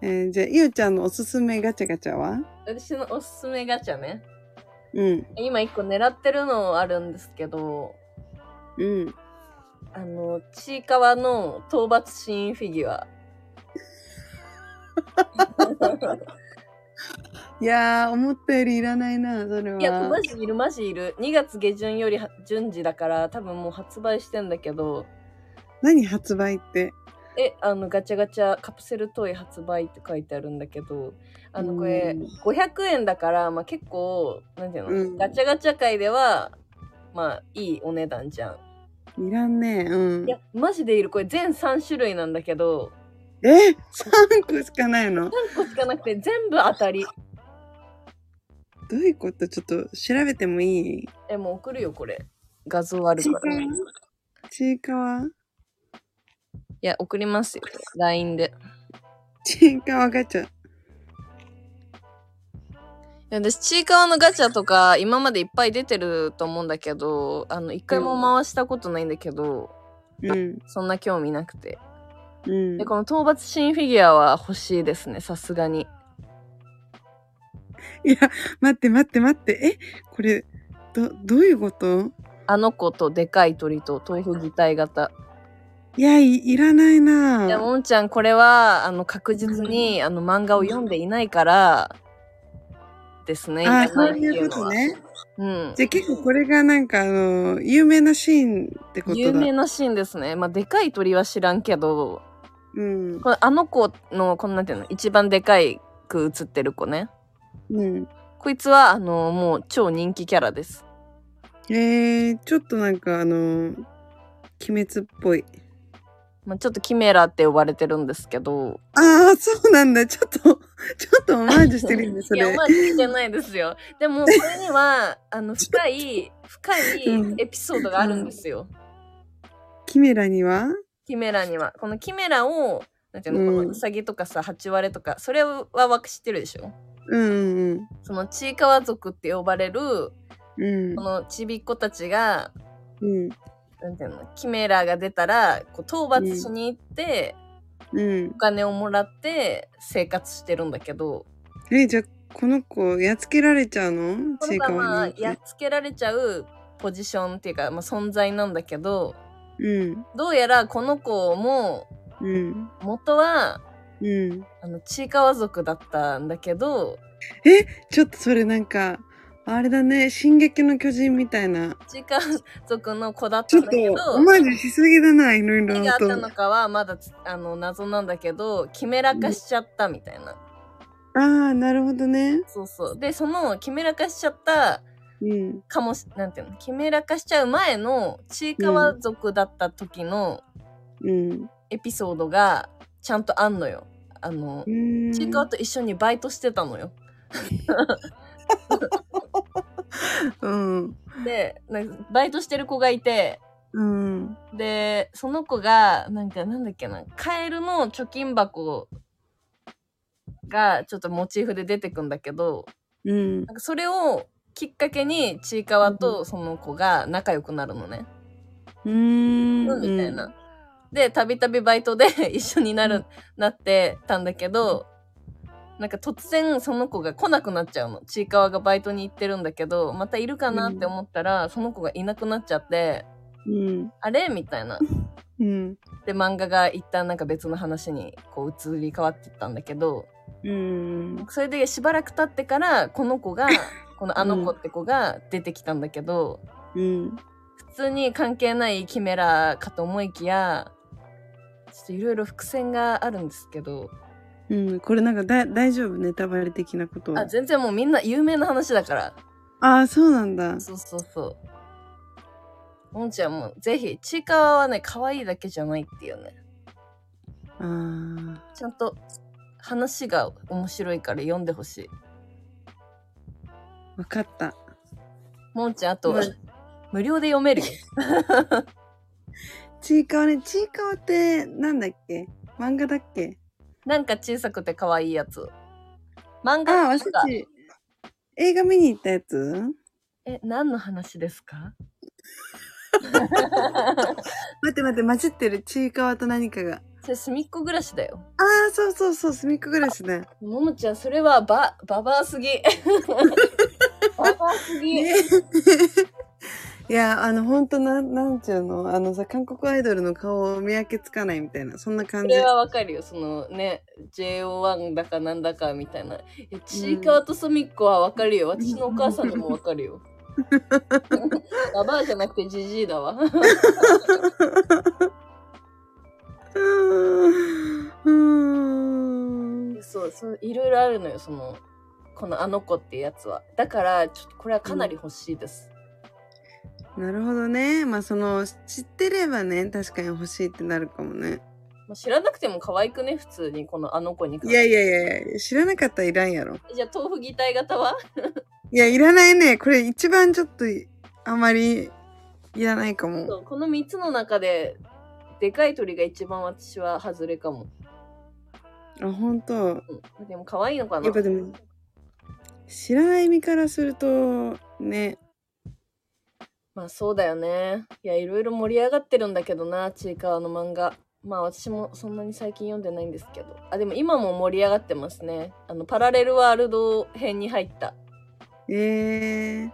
[SPEAKER 1] えーじゃあ、ゆうちゃんのおすすめガチャガチャは
[SPEAKER 2] 私のおすすめガチャね。
[SPEAKER 1] うん。
[SPEAKER 2] 今一個狙ってるのあるんですけど、
[SPEAKER 1] うん。
[SPEAKER 2] あの、ちいかわの討伐シーンフィギュア。
[SPEAKER 1] いやー、思ったよりいらないな、それは。
[SPEAKER 2] いや、マジいる、マジいる。2月下旬よりは順次だから、多分もう発売してんだけど、
[SPEAKER 1] 何発売って。
[SPEAKER 2] え、あの、ガチャガチャカプセルトイ発売って書いてあるんだけど、あの、これ
[SPEAKER 1] うん、
[SPEAKER 2] 500円だから、まあ結構、なんていうの、
[SPEAKER 1] うん
[SPEAKER 2] ガチャガチャ界では、まあいいお値段じゃん。
[SPEAKER 1] いらんねうん
[SPEAKER 2] い。や、マジでいる。これ全3種類なんだけど、
[SPEAKER 1] え ?3 個しかないの
[SPEAKER 2] 3個しかなくて全部当たり。
[SPEAKER 1] どういうことちょっと調べてもいい
[SPEAKER 2] え、もう送るよ、これ。画像ある
[SPEAKER 1] ちい
[SPEAKER 2] か。
[SPEAKER 1] からわ
[SPEAKER 2] い
[SPEAKER 1] ちいかわ
[SPEAKER 2] や、送りますよ。LINE で。
[SPEAKER 1] ちいかわガチャ。
[SPEAKER 2] いや私ちいかわのガチャとか今までいっぱい出てると思うんだけどあの一回も回したことないんだけど、
[SPEAKER 1] うん。
[SPEAKER 2] そんな興味なくて
[SPEAKER 1] うん
[SPEAKER 2] で。この討伐新フィギュアは欲しいですねさすがに
[SPEAKER 1] いや、待って待って待って。えこれ、ど、どういうこと
[SPEAKER 2] あの子とでかい鳥と豆腐擬態型
[SPEAKER 1] いや、いいらないない
[SPEAKER 2] やもんちゃんこれはあの確実にあの漫画を読んでいないからですね
[SPEAKER 1] あ
[SPEAKER 2] いらな
[SPEAKER 1] そう
[SPEAKER 2] って
[SPEAKER 1] いうこ
[SPEAKER 2] の
[SPEAKER 1] と
[SPEAKER 2] は
[SPEAKER 1] ね。
[SPEAKER 2] うん
[SPEAKER 1] じゃあ結構これがなんかあの、有名なシーンってことだ。
[SPEAKER 2] 有名なシーンですねまあでかい鳥は知らんけど
[SPEAKER 1] うん。
[SPEAKER 2] このあの子のこのなんていうの一番でかいく映ってる子ね
[SPEAKER 1] うん。
[SPEAKER 2] こいつは、あの、もう超人気キャラです。
[SPEAKER 1] えー、ちょっとなんかあの、鬼滅っぽい。
[SPEAKER 2] まあ、ちょっとキメラって呼ばれてるんですけど。
[SPEAKER 1] ああ、そうなんだ。ちょっと、 ちょっとオマージュしてるんで、そ
[SPEAKER 2] いや、
[SPEAKER 1] れ
[SPEAKER 2] ま。あ、してないですよ。でも、これには、あの、深い、深
[SPEAKER 1] う
[SPEAKER 2] いエピソードがあるんですよ。
[SPEAKER 1] キメラには
[SPEAKER 2] キメラには。このキメラを、なんていうの、
[SPEAKER 1] うん
[SPEAKER 2] このウサギとかさ、ハチワレとか、それは枠知ってるでしょ
[SPEAKER 1] うんうん
[SPEAKER 2] その、ちいかわ族って呼ばれる、
[SPEAKER 1] うん。
[SPEAKER 2] このちびっ子たちが、
[SPEAKER 1] うん。
[SPEAKER 2] なんていうの、キメラが出たら、こう、討伐しに行って、
[SPEAKER 1] うん
[SPEAKER 2] お。金をもらって生活してるんだけど、
[SPEAKER 1] え、じゃあ、この子、やっつけられちゃうの
[SPEAKER 2] こ
[SPEAKER 1] ち
[SPEAKER 2] れ
[SPEAKER 1] い
[SPEAKER 2] が
[SPEAKER 1] か
[SPEAKER 2] ま
[SPEAKER 1] わ
[SPEAKER 2] あ
[SPEAKER 1] に。
[SPEAKER 2] やっつけられちゃうポジションっていうか、まあ、存在なんだけど
[SPEAKER 1] うん。
[SPEAKER 2] どうやらこの子も
[SPEAKER 1] うん。
[SPEAKER 2] 元は
[SPEAKER 1] うん。
[SPEAKER 2] あのちいかわ族だったんだけど
[SPEAKER 1] ちょっとそれなんか、あれだね、進撃の巨人みたいな。
[SPEAKER 2] ちいかわ族の子だっ
[SPEAKER 1] ち
[SPEAKER 2] た
[SPEAKER 1] ょ
[SPEAKER 2] ん
[SPEAKER 1] っ
[SPEAKER 2] だけ
[SPEAKER 1] と、
[SPEAKER 2] ど
[SPEAKER 1] オマージュしすぎだな、いろいろ
[SPEAKER 2] 何があったの
[SPEAKER 1] と。
[SPEAKER 2] かはまだつあの謎なんだけどキメラ化しちゃったみたいな、
[SPEAKER 1] ああ、なるほどね。
[SPEAKER 2] そうそうでそのキメラ化しちゃった
[SPEAKER 1] うん。
[SPEAKER 2] かもしなんていうのキメラ化しちゃう前のちいかわ族だった時の
[SPEAKER 1] うん。
[SPEAKER 2] エピソードがちゃんとあんのよあの、
[SPEAKER 1] うん。
[SPEAKER 2] ちいかわと一緒にバイトしてたのよ。
[SPEAKER 1] うん。
[SPEAKER 2] で、なんかバイトしてる子がいて、
[SPEAKER 1] うん。
[SPEAKER 2] で、その子が、なんか、なんだっけな、カエルの貯金箱がちょっとモチーフで出てくんだけど、
[SPEAKER 1] うん。
[SPEAKER 2] なんかそれをきっかけにちいかわとその子が仲良くなるのね。
[SPEAKER 1] うん。
[SPEAKER 2] みたいな。で、たびたびバイトで 一緒になる、なってたんだけど、なんか突然その子が来なくなっちゃうの。ちいかわがバイトに行ってるんだけど、またいるかなって思ったら、その子がいなくなっちゃって、
[SPEAKER 1] うん。
[SPEAKER 2] あれみたいな。
[SPEAKER 1] うん。
[SPEAKER 2] で、漫画が一旦なんか別の話にこう移り変わってったんだけど、
[SPEAKER 1] うん。
[SPEAKER 2] それでしばらく経ってから、この子が、このあの子って子が出てきたんだけど、
[SPEAKER 1] うん。
[SPEAKER 2] 普通に関係ないキメラかと思いきやちょっといろいろ伏線があるんですけど
[SPEAKER 1] うん。これなんかだ大丈夫ネタバレ的なことは
[SPEAKER 2] あ全然もうみんな有名な話だから
[SPEAKER 1] ああ、そうなんだ。
[SPEAKER 2] そうそうそうもんちゃんもぜひちいかわはね可愛いだけじゃないっていうね
[SPEAKER 1] ああ。
[SPEAKER 2] ちゃんと話が面白いから読んでほしい
[SPEAKER 1] わかった。
[SPEAKER 2] もんちゃんあと、
[SPEAKER 1] うん
[SPEAKER 2] 無料で読めるよ
[SPEAKER 1] ちいかわね、ちいかわってなんだっけ漫画だっけ
[SPEAKER 2] なんか小さくて可愛いやつ漫
[SPEAKER 1] ああ、
[SPEAKER 2] 画
[SPEAKER 1] わ
[SPEAKER 2] なん
[SPEAKER 1] し
[SPEAKER 2] か
[SPEAKER 1] たち映画見に行ったやつ
[SPEAKER 2] え何の話です か
[SPEAKER 1] 待って待って、混じってる。ちいかわと何かが。
[SPEAKER 2] それ隅っこ暮らしだよ
[SPEAKER 1] ああ、そうそうそう、すみっこ暮らしだ。
[SPEAKER 2] ももちゃん、それはば、ばばあすぎ。 ばばあすぎ。
[SPEAKER 1] ねいや、あの、ほんとなん、なんちゅうの、あのさ、韓国アイドルの顔を見分けつかないみたいな、そんな
[SPEAKER 2] そ
[SPEAKER 1] 感じ。
[SPEAKER 2] れはわかるよ。そのね、JO1 だかなんだかみたいな。いやちいかわとすみっこはわかるよ。私のお母さんでもわかる よ。ばばあじゃなくてじじいだわ。
[SPEAKER 1] うーん。うーん
[SPEAKER 2] そう、そう、いろいろあるのよ。その、このあの子ってやつは。だから、ちょっとこれはかなり欲しいです。
[SPEAKER 1] なるほどね。まあ、その、知ってればね、確かに欲しいってなるかもね。
[SPEAKER 2] まあ知らなくても可愛くね、普通に、このあの子に関
[SPEAKER 1] い
[SPEAKER 2] して
[SPEAKER 1] やいやいやいや、知らなかったらいらんやろ。
[SPEAKER 2] じゃあ、豆腐擬態型はい
[SPEAKER 1] や、いらないね。これ一番ちょっと、あまり、いらないかも。
[SPEAKER 2] そうこの3つの中ででかい鳥が一番私は外れかも、
[SPEAKER 1] あ、ほんと。
[SPEAKER 2] うん、でも可愛いのかな
[SPEAKER 1] やっぱでも、知らない身からすると、ね。
[SPEAKER 2] まあそうだよねいやいろいろ盛り上がってるんだけどなちいかわの漫画まあ私もそんなに最近読んでないんですけどあでも今も盛り上がってますねあのパラレルワールド編に入った
[SPEAKER 1] えー。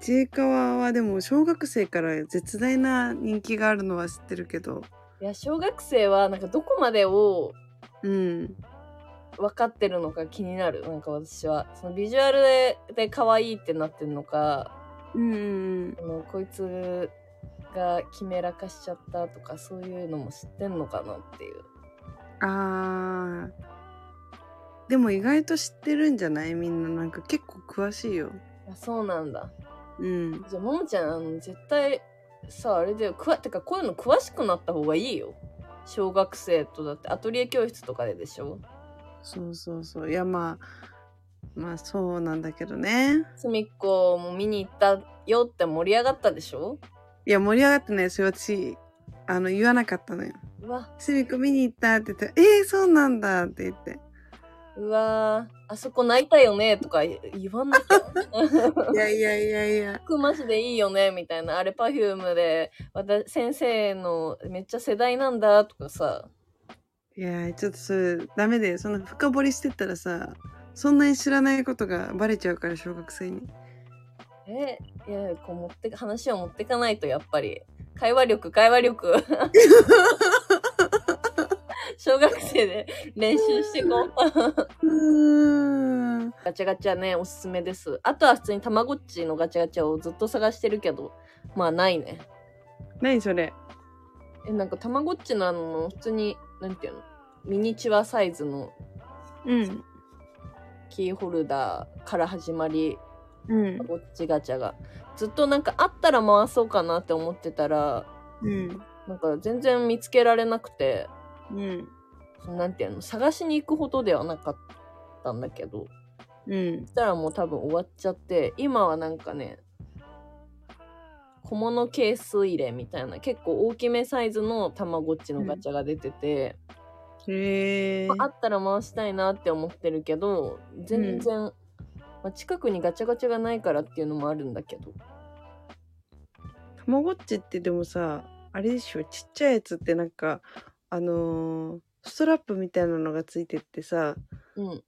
[SPEAKER 1] ちいかわはでも小学生から絶大な人気があるのは知ってるけど、
[SPEAKER 2] いや小学生はなんかどこまでを
[SPEAKER 1] うん、
[SPEAKER 2] 分かってるのか気になるなんか私はそのビジュアルでで可愛いってなってるのか
[SPEAKER 1] うんうん
[SPEAKER 2] あのこいつがキメラ化しちゃったとかそういうのも知ってんのかなっていう
[SPEAKER 1] うん、あーでも意外と知ってるんじゃないみんななんか結構詳しいよ。
[SPEAKER 2] あそうなんだ
[SPEAKER 1] うん、
[SPEAKER 2] じゃあももちゃんあの絶対さあれだよくわてかこういうの詳しくなった方がいいよ小学生とだってアトリエ教室とかででしょ
[SPEAKER 1] そうそうそういやまあまあそうなんだけどね。
[SPEAKER 2] すみっこも見に行ったよって盛り上がったでしょ
[SPEAKER 1] いや盛り上がってないそれ私あの言わなかったのよ。
[SPEAKER 2] うわ
[SPEAKER 1] すみこ見に行ったって言って「えー、そうなんだ」って言 って
[SPEAKER 2] うわあそこ泣いたよねとか言言わなきゃ
[SPEAKER 1] い やいやいやいや。
[SPEAKER 2] 服マジでいいよねみたいなあれパフュームで私先生のめっちゃ世代なんだとかさ
[SPEAKER 1] いやーちょっとそれダメでそんな深掘りしてったらさそんなに知らないことがバレちゃうから小学生に
[SPEAKER 2] えいやこう持って話を持ってかないとやっぱり会話力会話力小学生で練習してこう
[SPEAKER 1] うーん
[SPEAKER 2] ガチャガチャねおすすめですあとは普通にたまごっちのガチャガチャをずっと探してるけどまあないね
[SPEAKER 1] 何それ
[SPEAKER 2] えなんかたまごっちのあの普通になんていうのミニチュアサイズの
[SPEAKER 1] うん
[SPEAKER 2] キーホルダーから始まり
[SPEAKER 1] うん
[SPEAKER 2] たまごっちガチャがずっとなんかあったら回そうかなって思ってたら
[SPEAKER 1] うん
[SPEAKER 2] なんか全然見つけられなくて
[SPEAKER 1] うん
[SPEAKER 2] そのなんていうの探しに行くほどではなかったんだけど
[SPEAKER 1] うん
[SPEAKER 2] そしたらもう多分終わっちゃって今はなんかね小物ケース入れみたいな結構大きめサイズのたまごっちのガチャが出てて、
[SPEAKER 1] へえ
[SPEAKER 2] まああったら回したいなって思ってるけど全然、まあ近くにガチャガチャがないからっていうのもあるんだけど
[SPEAKER 1] たまごっちってでもさあれでしょちっちゃいやつってなんかあのーストラップみたいなのがついてってさ
[SPEAKER 2] うん。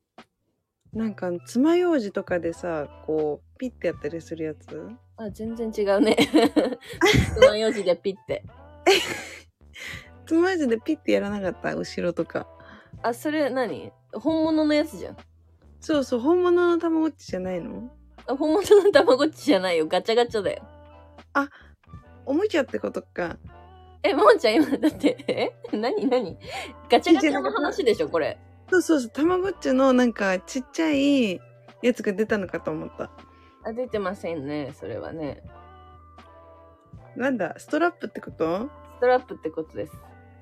[SPEAKER 1] なんかあの爪楊枝とかでさこうピッてやったりするやつ
[SPEAKER 2] あ、全然違うね。その4時でピッて。
[SPEAKER 1] 爪楊枝でピッてやらなかった後ろとか
[SPEAKER 2] あ、それ何本物のやつじゃん。
[SPEAKER 1] そうそう本物のたまごっちじゃないの
[SPEAKER 2] あ本物のたまごっちじゃないよ。ガチャガチャだよ。
[SPEAKER 1] おもちゃってことか
[SPEAKER 2] え、もんちゃん今だって、え何何ガチャガチャの話でしょ、これ。
[SPEAKER 1] そうそうそうたまごっちのなんかちっちゃいやつが出たのかと思った
[SPEAKER 2] あ、出てませんね、それはね。
[SPEAKER 1] なんだストラップってこと
[SPEAKER 2] ストラップってことです。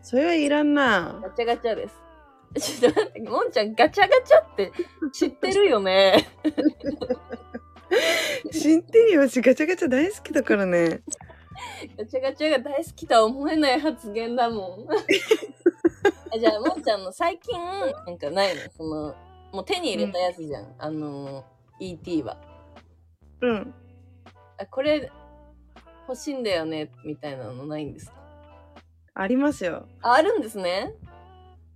[SPEAKER 1] それはいらんな
[SPEAKER 2] ガチャガチャです。ちょっと待って、もんちゃんガチャガチャって知ってるよね。
[SPEAKER 1] 知ってるよしガチャガチャ大好きだからね
[SPEAKER 2] ガチャガチャが大好きとは思えない発言だもん。あじゃあ、もんちゃんの最近、なんかないのその、もう手に入れたやつじゃん。あの、ET は。
[SPEAKER 1] うん
[SPEAKER 2] あ、これ、欲しいんだよね、みたいなのないんですか
[SPEAKER 1] ありますよ
[SPEAKER 2] あ、あるんですね。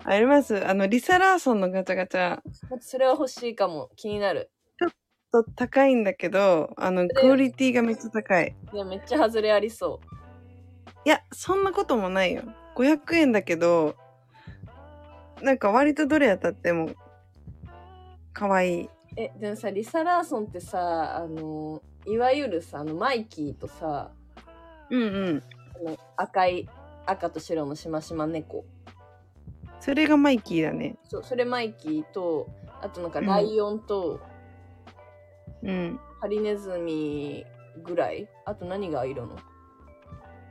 [SPEAKER 1] ありますあのリサ・ラーソンのガチャガチャ
[SPEAKER 2] 待ってそれは欲しいかも。気になる。
[SPEAKER 1] ちょっと高いんだけどあのクオリティがめっちゃ高い
[SPEAKER 2] いや、めっちゃ外れありそ。
[SPEAKER 1] いやそんなこともないよ500円だけどなんか割とどれ当たっても可愛いう
[SPEAKER 2] え、でもさ、リサ・ラーソンってさ、あの、いわゆるさ、あの、マイキーとさ、
[SPEAKER 1] うんうん
[SPEAKER 2] あの赤い、赤と白のしましま猫。
[SPEAKER 1] それがマイキーだね
[SPEAKER 2] そう、それマイキーと、あとなんかライオンと、
[SPEAKER 1] うん
[SPEAKER 2] ハリネズミぐらいあと何がいるの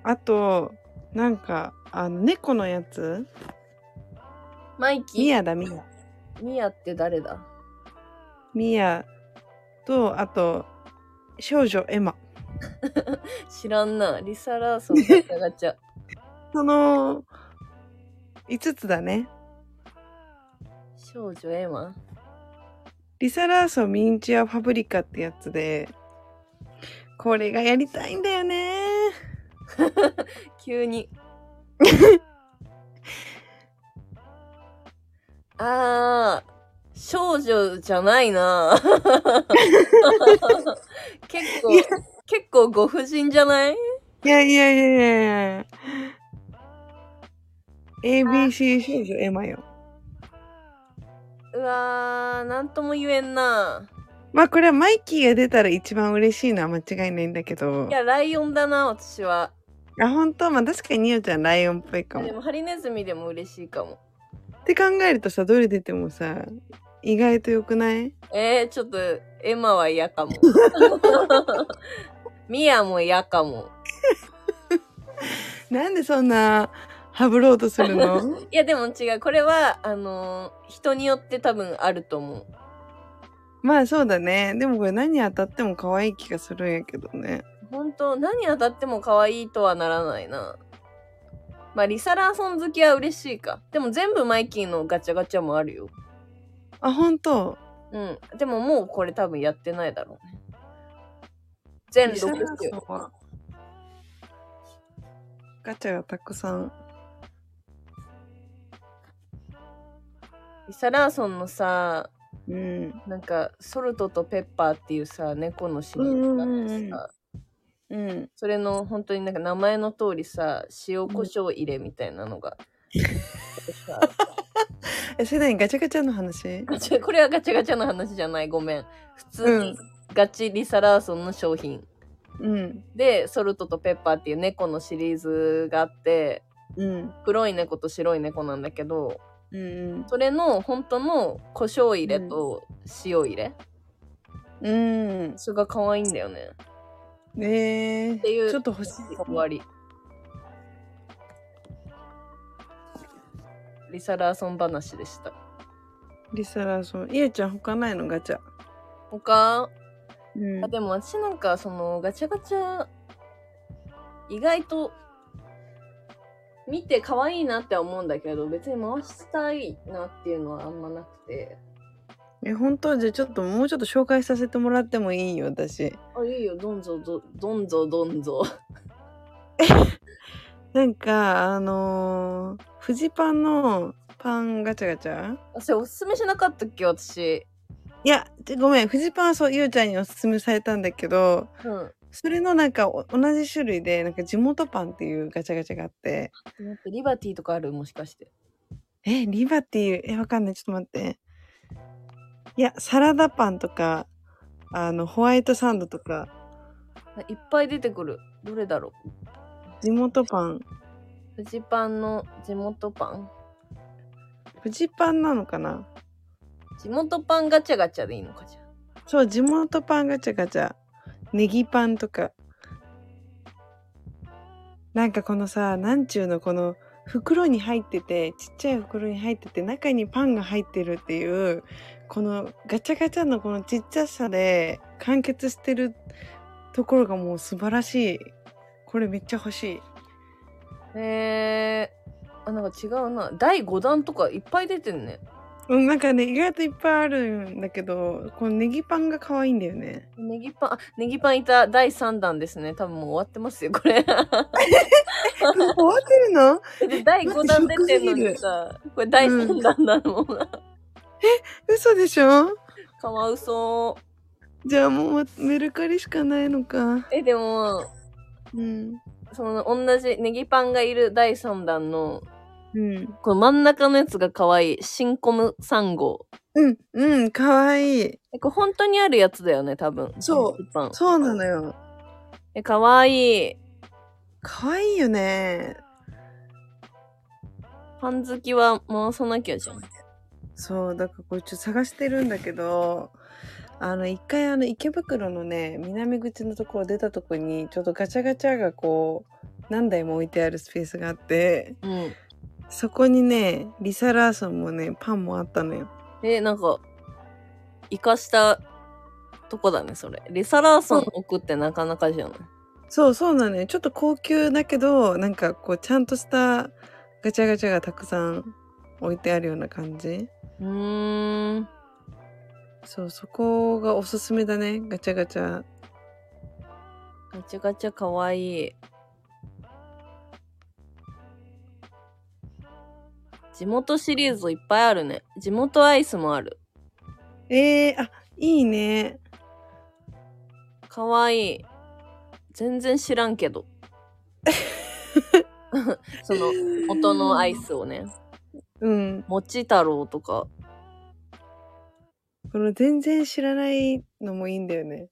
[SPEAKER 1] あとなんかあの猫のやつ
[SPEAKER 2] マイキー
[SPEAKER 1] ミヤだミヤ
[SPEAKER 2] ミヤって誰だ
[SPEAKER 1] ミヤとあと少女エマ
[SPEAKER 2] 知らんな。リサ・ラーソンガチャガチャ。
[SPEAKER 1] その5つだね
[SPEAKER 2] 少女エマ
[SPEAKER 1] リサ・ラーソンミニチュアファブリカってやつでこれがやりたいんだよね
[SPEAKER 2] 急に。 あー、少女じゃないな。 結構
[SPEAKER 1] いや、
[SPEAKER 2] 結構ご婦人じゃない
[SPEAKER 1] いやいやいやいやいや ABC 少女エマよ
[SPEAKER 2] うわー、なんとも言えんな。
[SPEAKER 1] まあこれはマイキーが出たら一番嬉しいのは間違いないんだけど
[SPEAKER 2] いや、ライオンだな、私は。
[SPEAKER 1] あ本当まあ確かにニオちゃんライオンっぽいか
[SPEAKER 2] で
[SPEAKER 1] も
[SPEAKER 2] も、ハリネズミでも嬉しいかも。
[SPEAKER 1] って考えるとさどれ出てもさ意外と良くない
[SPEAKER 2] えー、ちょっと、エマは嫌かも。 ミアも嫌かも。
[SPEAKER 1] なんでそんなハブろうとするの
[SPEAKER 2] いや、でも違う。これは、あのー人によって多分あると思う。
[SPEAKER 1] まあそうだねでもこれ何当たっても可愛い気がするんやけどね
[SPEAKER 2] 本当何当たっても可愛いとはならないな。まあ、リサラーソン好きは嬉しいか。でも全部マイキーのガチャガチャもあるよ。
[SPEAKER 1] あ本当
[SPEAKER 2] うん。でももうこれ多分やってないだろうね。全6
[SPEAKER 1] リサラ
[SPEAKER 2] 種。
[SPEAKER 1] ソンはガチャがたくさん
[SPEAKER 2] リサラーソンのさ、
[SPEAKER 1] うん
[SPEAKER 2] なんか、ソルトとペッパーっていうさ、猫のシリーズがあってさ、
[SPEAKER 1] うんうんうんうんうん
[SPEAKER 2] それの本当になんか名前の通りさ、塩コショウ入れみたいなのが。さ
[SPEAKER 1] えそれ何ガチャガチャの話
[SPEAKER 2] ガチ ャこれはガチャガチャの話じゃないごめん普通
[SPEAKER 1] う
[SPEAKER 2] に
[SPEAKER 1] ん
[SPEAKER 2] ガチリサラーソンの商品
[SPEAKER 1] うん
[SPEAKER 2] でソルトとペッパーっていう猫のシリーズがあって
[SPEAKER 1] うん
[SPEAKER 2] 黒い猫と白い猫なんだけど
[SPEAKER 1] うんうん
[SPEAKER 2] それの本当の胡椒入れと塩入れ、
[SPEAKER 1] うん
[SPEAKER 2] それが可愛いんだよね
[SPEAKER 1] ねえ
[SPEAKER 2] っていう
[SPEAKER 1] ちょっと欲しいか
[SPEAKER 2] 終
[SPEAKER 1] も
[SPEAKER 2] わりリサラーソン話でした
[SPEAKER 1] リサラソンイエちゃん他ないのガチャ
[SPEAKER 2] 他
[SPEAKER 1] うん
[SPEAKER 2] あでも私なんかそのガチャガチャ意外と見て可愛いなって思うんだけど別に回したいなっていうのはあんまなくて
[SPEAKER 1] え本当じゃあちょっともうちょっと紹介させてもらってもいいよ私
[SPEAKER 2] あいいよどんぞどどんぞどんぞ
[SPEAKER 1] なんかあのーフジパンのパンガチャガチャ
[SPEAKER 2] あそれおすすめしなかったっけ私。
[SPEAKER 1] いやちごめんフジパンはそうゆうちゃんにおすすめされたんだけど
[SPEAKER 2] うん。
[SPEAKER 1] それのなんかお同じ種類でなんか地元パンっていうガチャガチャがあって
[SPEAKER 2] 待ってリバティとかあるもしかして。
[SPEAKER 1] えリバティえわかんないちょっと待っていやサラダパンとかあのホワイトサンドとか
[SPEAKER 2] あいっぱい出てくる。どれだろう
[SPEAKER 1] 地元パン
[SPEAKER 2] フジパンの地元パン
[SPEAKER 1] フジパンなのかな
[SPEAKER 2] 地元パンガチャガチャでいいのかじゃあ
[SPEAKER 1] そう地元パンガチャガチャネギパンとかなんかこのさなんちゅうのこの袋に入っててちっちゃい袋に入ってて中にパンが入ってるっていうこのガチャガチャのこのちっちゃさで完結してるところがもう素晴らしいこれめっちゃ欲しい
[SPEAKER 2] へえ。あ、なんか違うな。第5弾とかいっぱい出てんね。
[SPEAKER 1] うんなんかね意外といっぱいあるんだけどこのネギパンが可愛いんだよね
[SPEAKER 2] ネギパン、あ、ネギパンいた第3弾ですね。多分もう終わってますよ、こ れ。
[SPEAKER 1] 終わってるの
[SPEAKER 2] で第5弾出てんのにさ、これ第3弾だもんな。
[SPEAKER 1] 嘘でしょ
[SPEAKER 2] かわうそ
[SPEAKER 1] じゃあもうメルカリしかないのか。
[SPEAKER 2] う。え、でも、
[SPEAKER 1] うん。
[SPEAKER 2] その同じネギパンがいる第3弾の、
[SPEAKER 1] うん。
[SPEAKER 2] この真ん中のやつが可愛い。シンコム3号。
[SPEAKER 1] うん。うん。かわいい。
[SPEAKER 2] え、これ本当にあるやつだよね、多分。
[SPEAKER 1] そう
[SPEAKER 2] 一般。
[SPEAKER 1] そうなのよ。
[SPEAKER 2] え、かわいい。
[SPEAKER 1] かわいいよね。
[SPEAKER 2] パン好きは回さなきゃじゃん。
[SPEAKER 1] そう、だからこれちょっと探してるんだけど、あの、一回あの池袋のね、南口のところ出たとこに、ちょっとガチャガチャがこう、何台も置いてあるスペースがあって、
[SPEAKER 2] うん。
[SPEAKER 1] そこにね、リサ・ラーソンもね、パンもあったのよ。
[SPEAKER 2] え、なんか、生かしたとこだね、それ。リサ・ラーソン置くってなかなかじゃない。
[SPEAKER 1] そうそうなのよ。ちょっと高級だけど、なんかこう、ちゃんとしたガチャガチャがたくさん置いてあるような感じ。
[SPEAKER 2] うーん。
[SPEAKER 1] そう、そこがおすすめだね。ガチャガチャ。
[SPEAKER 2] ガチャガチャかわいい。地元シリーズいっぱいあるね。地元アイスもある。
[SPEAKER 1] えー、あ、いいね。
[SPEAKER 2] かわいい。全然知らん けど。その、元のアイスを ね。
[SPEAKER 1] うん。
[SPEAKER 2] もち太郎とか。
[SPEAKER 1] この全然知らないのもいいんだよね。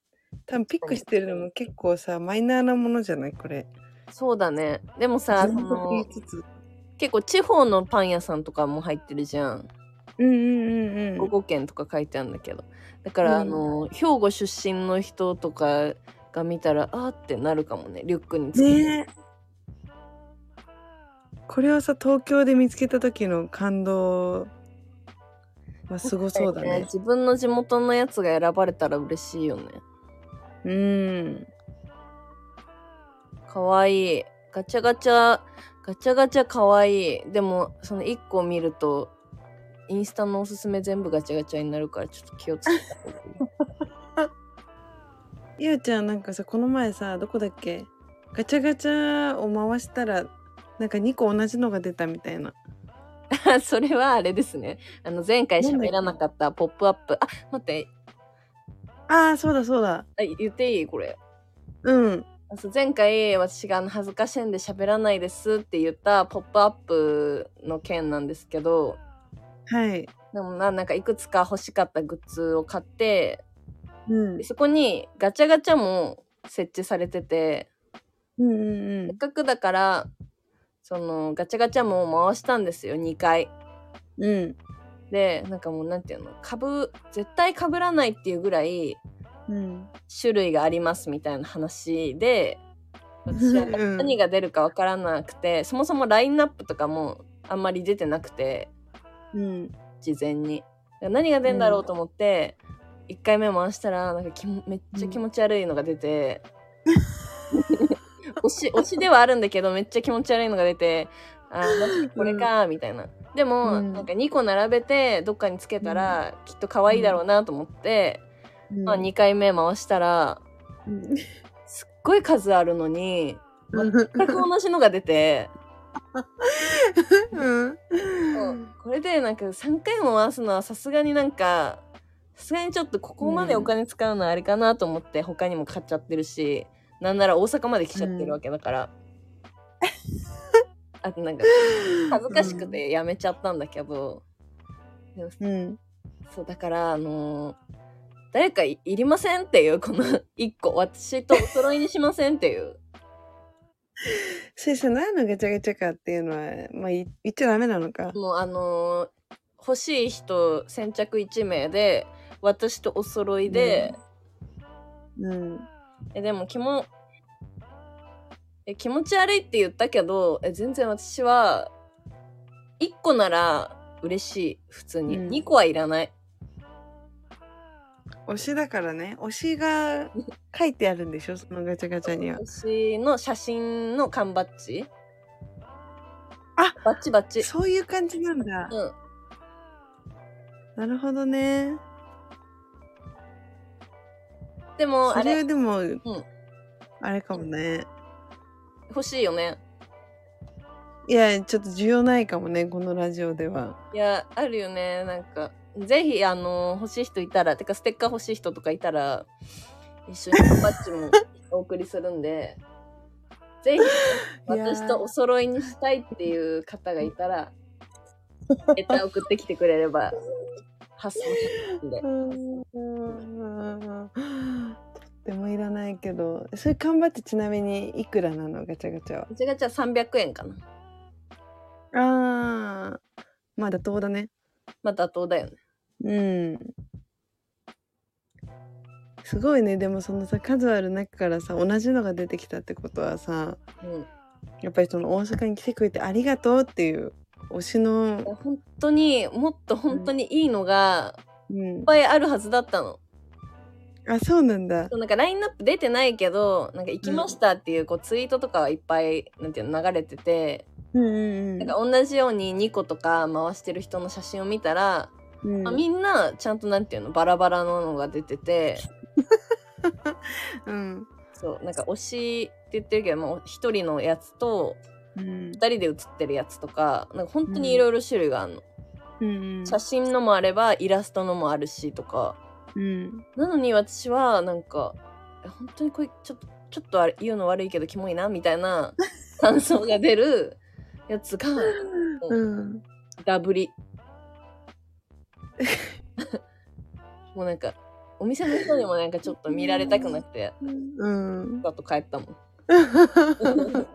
[SPEAKER 1] 多分ピックしてるのも結構さ、マイナーなものじゃないこれ。
[SPEAKER 2] そうだね。でもさ、そ
[SPEAKER 1] 全部
[SPEAKER 2] の、
[SPEAKER 1] 言いつつ
[SPEAKER 2] 結構地方のパン屋さんとかも入ってるじゃん
[SPEAKER 1] うんうんうんう
[SPEAKER 2] 兵
[SPEAKER 1] ん。
[SPEAKER 2] 庫県とか書いてあるんだけどだから、
[SPEAKER 1] うん
[SPEAKER 2] あの兵庫出身の人とかが見たらあーってなるかもねリュックにつけて、
[SPEAKER 1] ねえ。これはさ、東京で見つけた時の感動はすごそうだね。
[SPEAKER 2] 自分の地元のやつが選ばれたら嬉しいよね
[SPEAKER 1] うん。
[SPEAKER 2] かわいいガチャガチャガチャガチャかわいいでもその1個見るとインスタのおすすめ全部ガチャガチャになるからちょっと気をつけた方がいい
[SPEAKER 1] ゆうちゃんなんかさこの前さどこだっけガチャガチャを回したらなんか2個同じのが出たみたいな
[SPEAKER 2] あそれはあれですねあの前回喋らなかった「ポップアップあ待って
[SPEAKER 1] あーそうだそうだ
[SPEAKER 2] あ言っていいこれ
[SPEAKER 1] うん
[SPEAKER 2] あそう前回私があの恥ずかしいんで喋らないですって言った「ポップアップの件なんですけど
[SPEAKER 1] はい
[SPEAKER 2] でもななんかいくつか欲しかったグッズを買って
[SPEAKER 1] うん
[SPEAKER 2] でそこにガチャガチャも設置されてて
[SPEAKER 1] うんうん
[SPEAKER 2] せっかくだからそのガチャガチャも回したんですよ2回。
[SPEAKER 1] うんうん
[SPEAKER 2] でなんかもうなんていうのかぶ絶対かぶらないっていうぐらい
[SPEAKER 1] うん
[SPEAKER 2] 種類がありますみたいな話で私は
[SPEAKER 1] うん
[SPEAKER 2] 何が出るかわからなくて、そもそもラインナップとかもあんまり出てなくて
[SPEAKER 1] うん
[SPEAKER 2] 事前に何が出るんだろうと思って、1回目回したらなんかきもめっちゃ気持ち悪いのが出て、 推し推しではあるんだけどめっちゃ気持ち悪いのが出てあーこれかーみたいな。でも、
[SPEAKER 1] うん
[SPEAKER 2] なんか2個並べてどっかにつけたら、きっと可愛いだろうなと思って、
[SPEAKER 1] うん
[SPEAKER 2] まあ、2回目回したら
[SPEAKER 1] うん
[SPEAKER 2] すっごい数あるのに全く同じのが出て、
[SPEAKER 1] うん
[SPEAKER 2] これでなんか3回も回すのはさすがになんか、さすがにちょっとここまでお金使うのはあれかなと思って他にも買っちゃってるし、なんなら大阪まで来ちゃってるわけだから。あとなんか恥ずかしくてやめちゃったんだけど、でも
[SPEAKER 1] うん
[SPEAKER 2] そうだからあのー誰かいいりませんっていうこの1個私とお揃いにしませんっていう
[SPEAKER 1] それさ何のガチャガチャかっていうのは、まあ、い言っちゃダメなのか
[SPEAKER 2] もうあのー欲しい人先着1名で私とお揃いで、
[SPEAKER 1] うん
[SPEAKER 2] えでも気もえ気持ち悪いって言ったけどえ全然私は1個なら嬉しい普通に、
[SPEAKER 1] うん
[SPEAKER 2] 2個はいらない
[SPEAKER 1] 推しだからね推しが書いてあるんでしょそのガチャガチャには
[SPEAKER 2] 私の写真の缶バッジ
[SPEAKER 1] あ
[SPEAKER 2] バッチバッチ
[SPEAKER 1] そういう感じなんだ
[SPEAKER 2] うん
[SPEAKER 1] なるほどね
[SPEAKER 2] でもあ
[SPEAKER 1] それ
[SPEAKER 2] れ
[SPEAKER 1] はでも、あれかもね
[SPEAKER 2] 欲しいよね
[SPEAKER 1] いやちょっと需要ないかもねこのラジオではい
[SPEAKER 2] やあるよねなんかぜひあの欲しい人いたらてかステッカー欲しい人とかいたら一緒にバッ ジもお送りするんでぜひ
[SPEAKER 1] いやー
[SPEAKER 2] 私とお揃いにしたいっていう方がいたらレター送ってきてくれれば発送しますんで
[SPEAKER 1] とってもいらないけどそれ缶バッジちなみにいくらなのガチャガチャは
[SPEAKER 2] ガチャガチャ300円かな
[SPEAKER 1] あーまあ妥当だね
[SPEAKER 2] まあ妥当だよね
[SPEAKER 1] うんすごいねでもそのさ数ある中からさ同じのが出てきたってことはさ
[SPEAKER 2] うん
[SPEAKER 1] やっぱりその大阪に来てくれてありがとうっていう推し
[SPEAKER 2] いや
[SPEAKER 1] の、
[SPEAKER 2] 本当にもっと本当にいいのが
[SPEAKER 1] うん
[SPEAKER 2] いっ、ぱいあるはずだったの
[SPEAKER 1] あそうなんだ
[SPEAKER 2] そうなんかラインナップ出てないけどなんか行きましたっていうこうツイートとかはいっぱいなんていうの流れてて、
[SPEAKER 1] うんうん
[SPEAKER 2] なんか同じように2個とか回してる人の写真を見たら、
[SPEAKER 1] うん
[SPEAKER 2] まあみんなちゃんとなんていうのバラバラののが出てて
[SPEAKER 1] うん
[SPEAKER 2] そうなんか推しって言ってるけど、まあ、1人のやつと
[SPEAKER 1] うん
[SPEAKER 2] 2人で写ってるやつとかなんか本当にいろいろ種類があるの、
[SPEAKER 1] うん
[SPEAKER 2] 写真のもあればイラストのもあるしとか
[SPEAKER 1] うん
[SPEAKER 2] なのに私はなんかえ本当にこれちょっとちょっとあれ言うの悪いけどキモいなみたい な感想が出るやつが
[SPEAKER 1] うん
[SPEAKER 2] ダブリ もうなんかお店の人にもなんかちょっと見られたくなくて
[SPEAKER 1] うん
[SPEAKER 2] だと帰っ たもん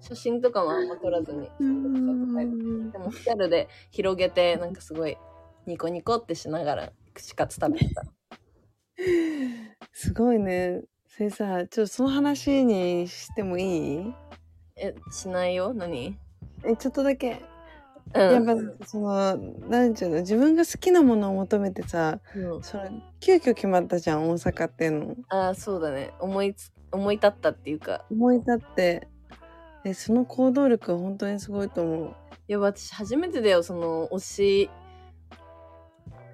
[SPEAKER 2] 写真とかもあんま撮らずにでもホテルで広げてなんかすごいニコニコってしながら串カツ食べてた
[SPEAKER 1] すごいねそれさちょっとその話にしてもいい
[SPEAKER 2] えしないよ何
[SPEAKER 1] えちょっとだけ
[SPEAKER 2] うん
[SPEAKER 1] やっぱそのなんちゅうの自分が好きなものを求めてさ
[SPEAKER 2] うん
[SPEAKER 1] それ急遽決まったじゃん大阪っていうの
[SPEAKER 2] ああそうだね思いつ思い立ったっていうか
[SPEAKER 1] 思い立ってえその行動力は本当にすごいと思う
[SPEAKER 2] いや私初めてだよその推し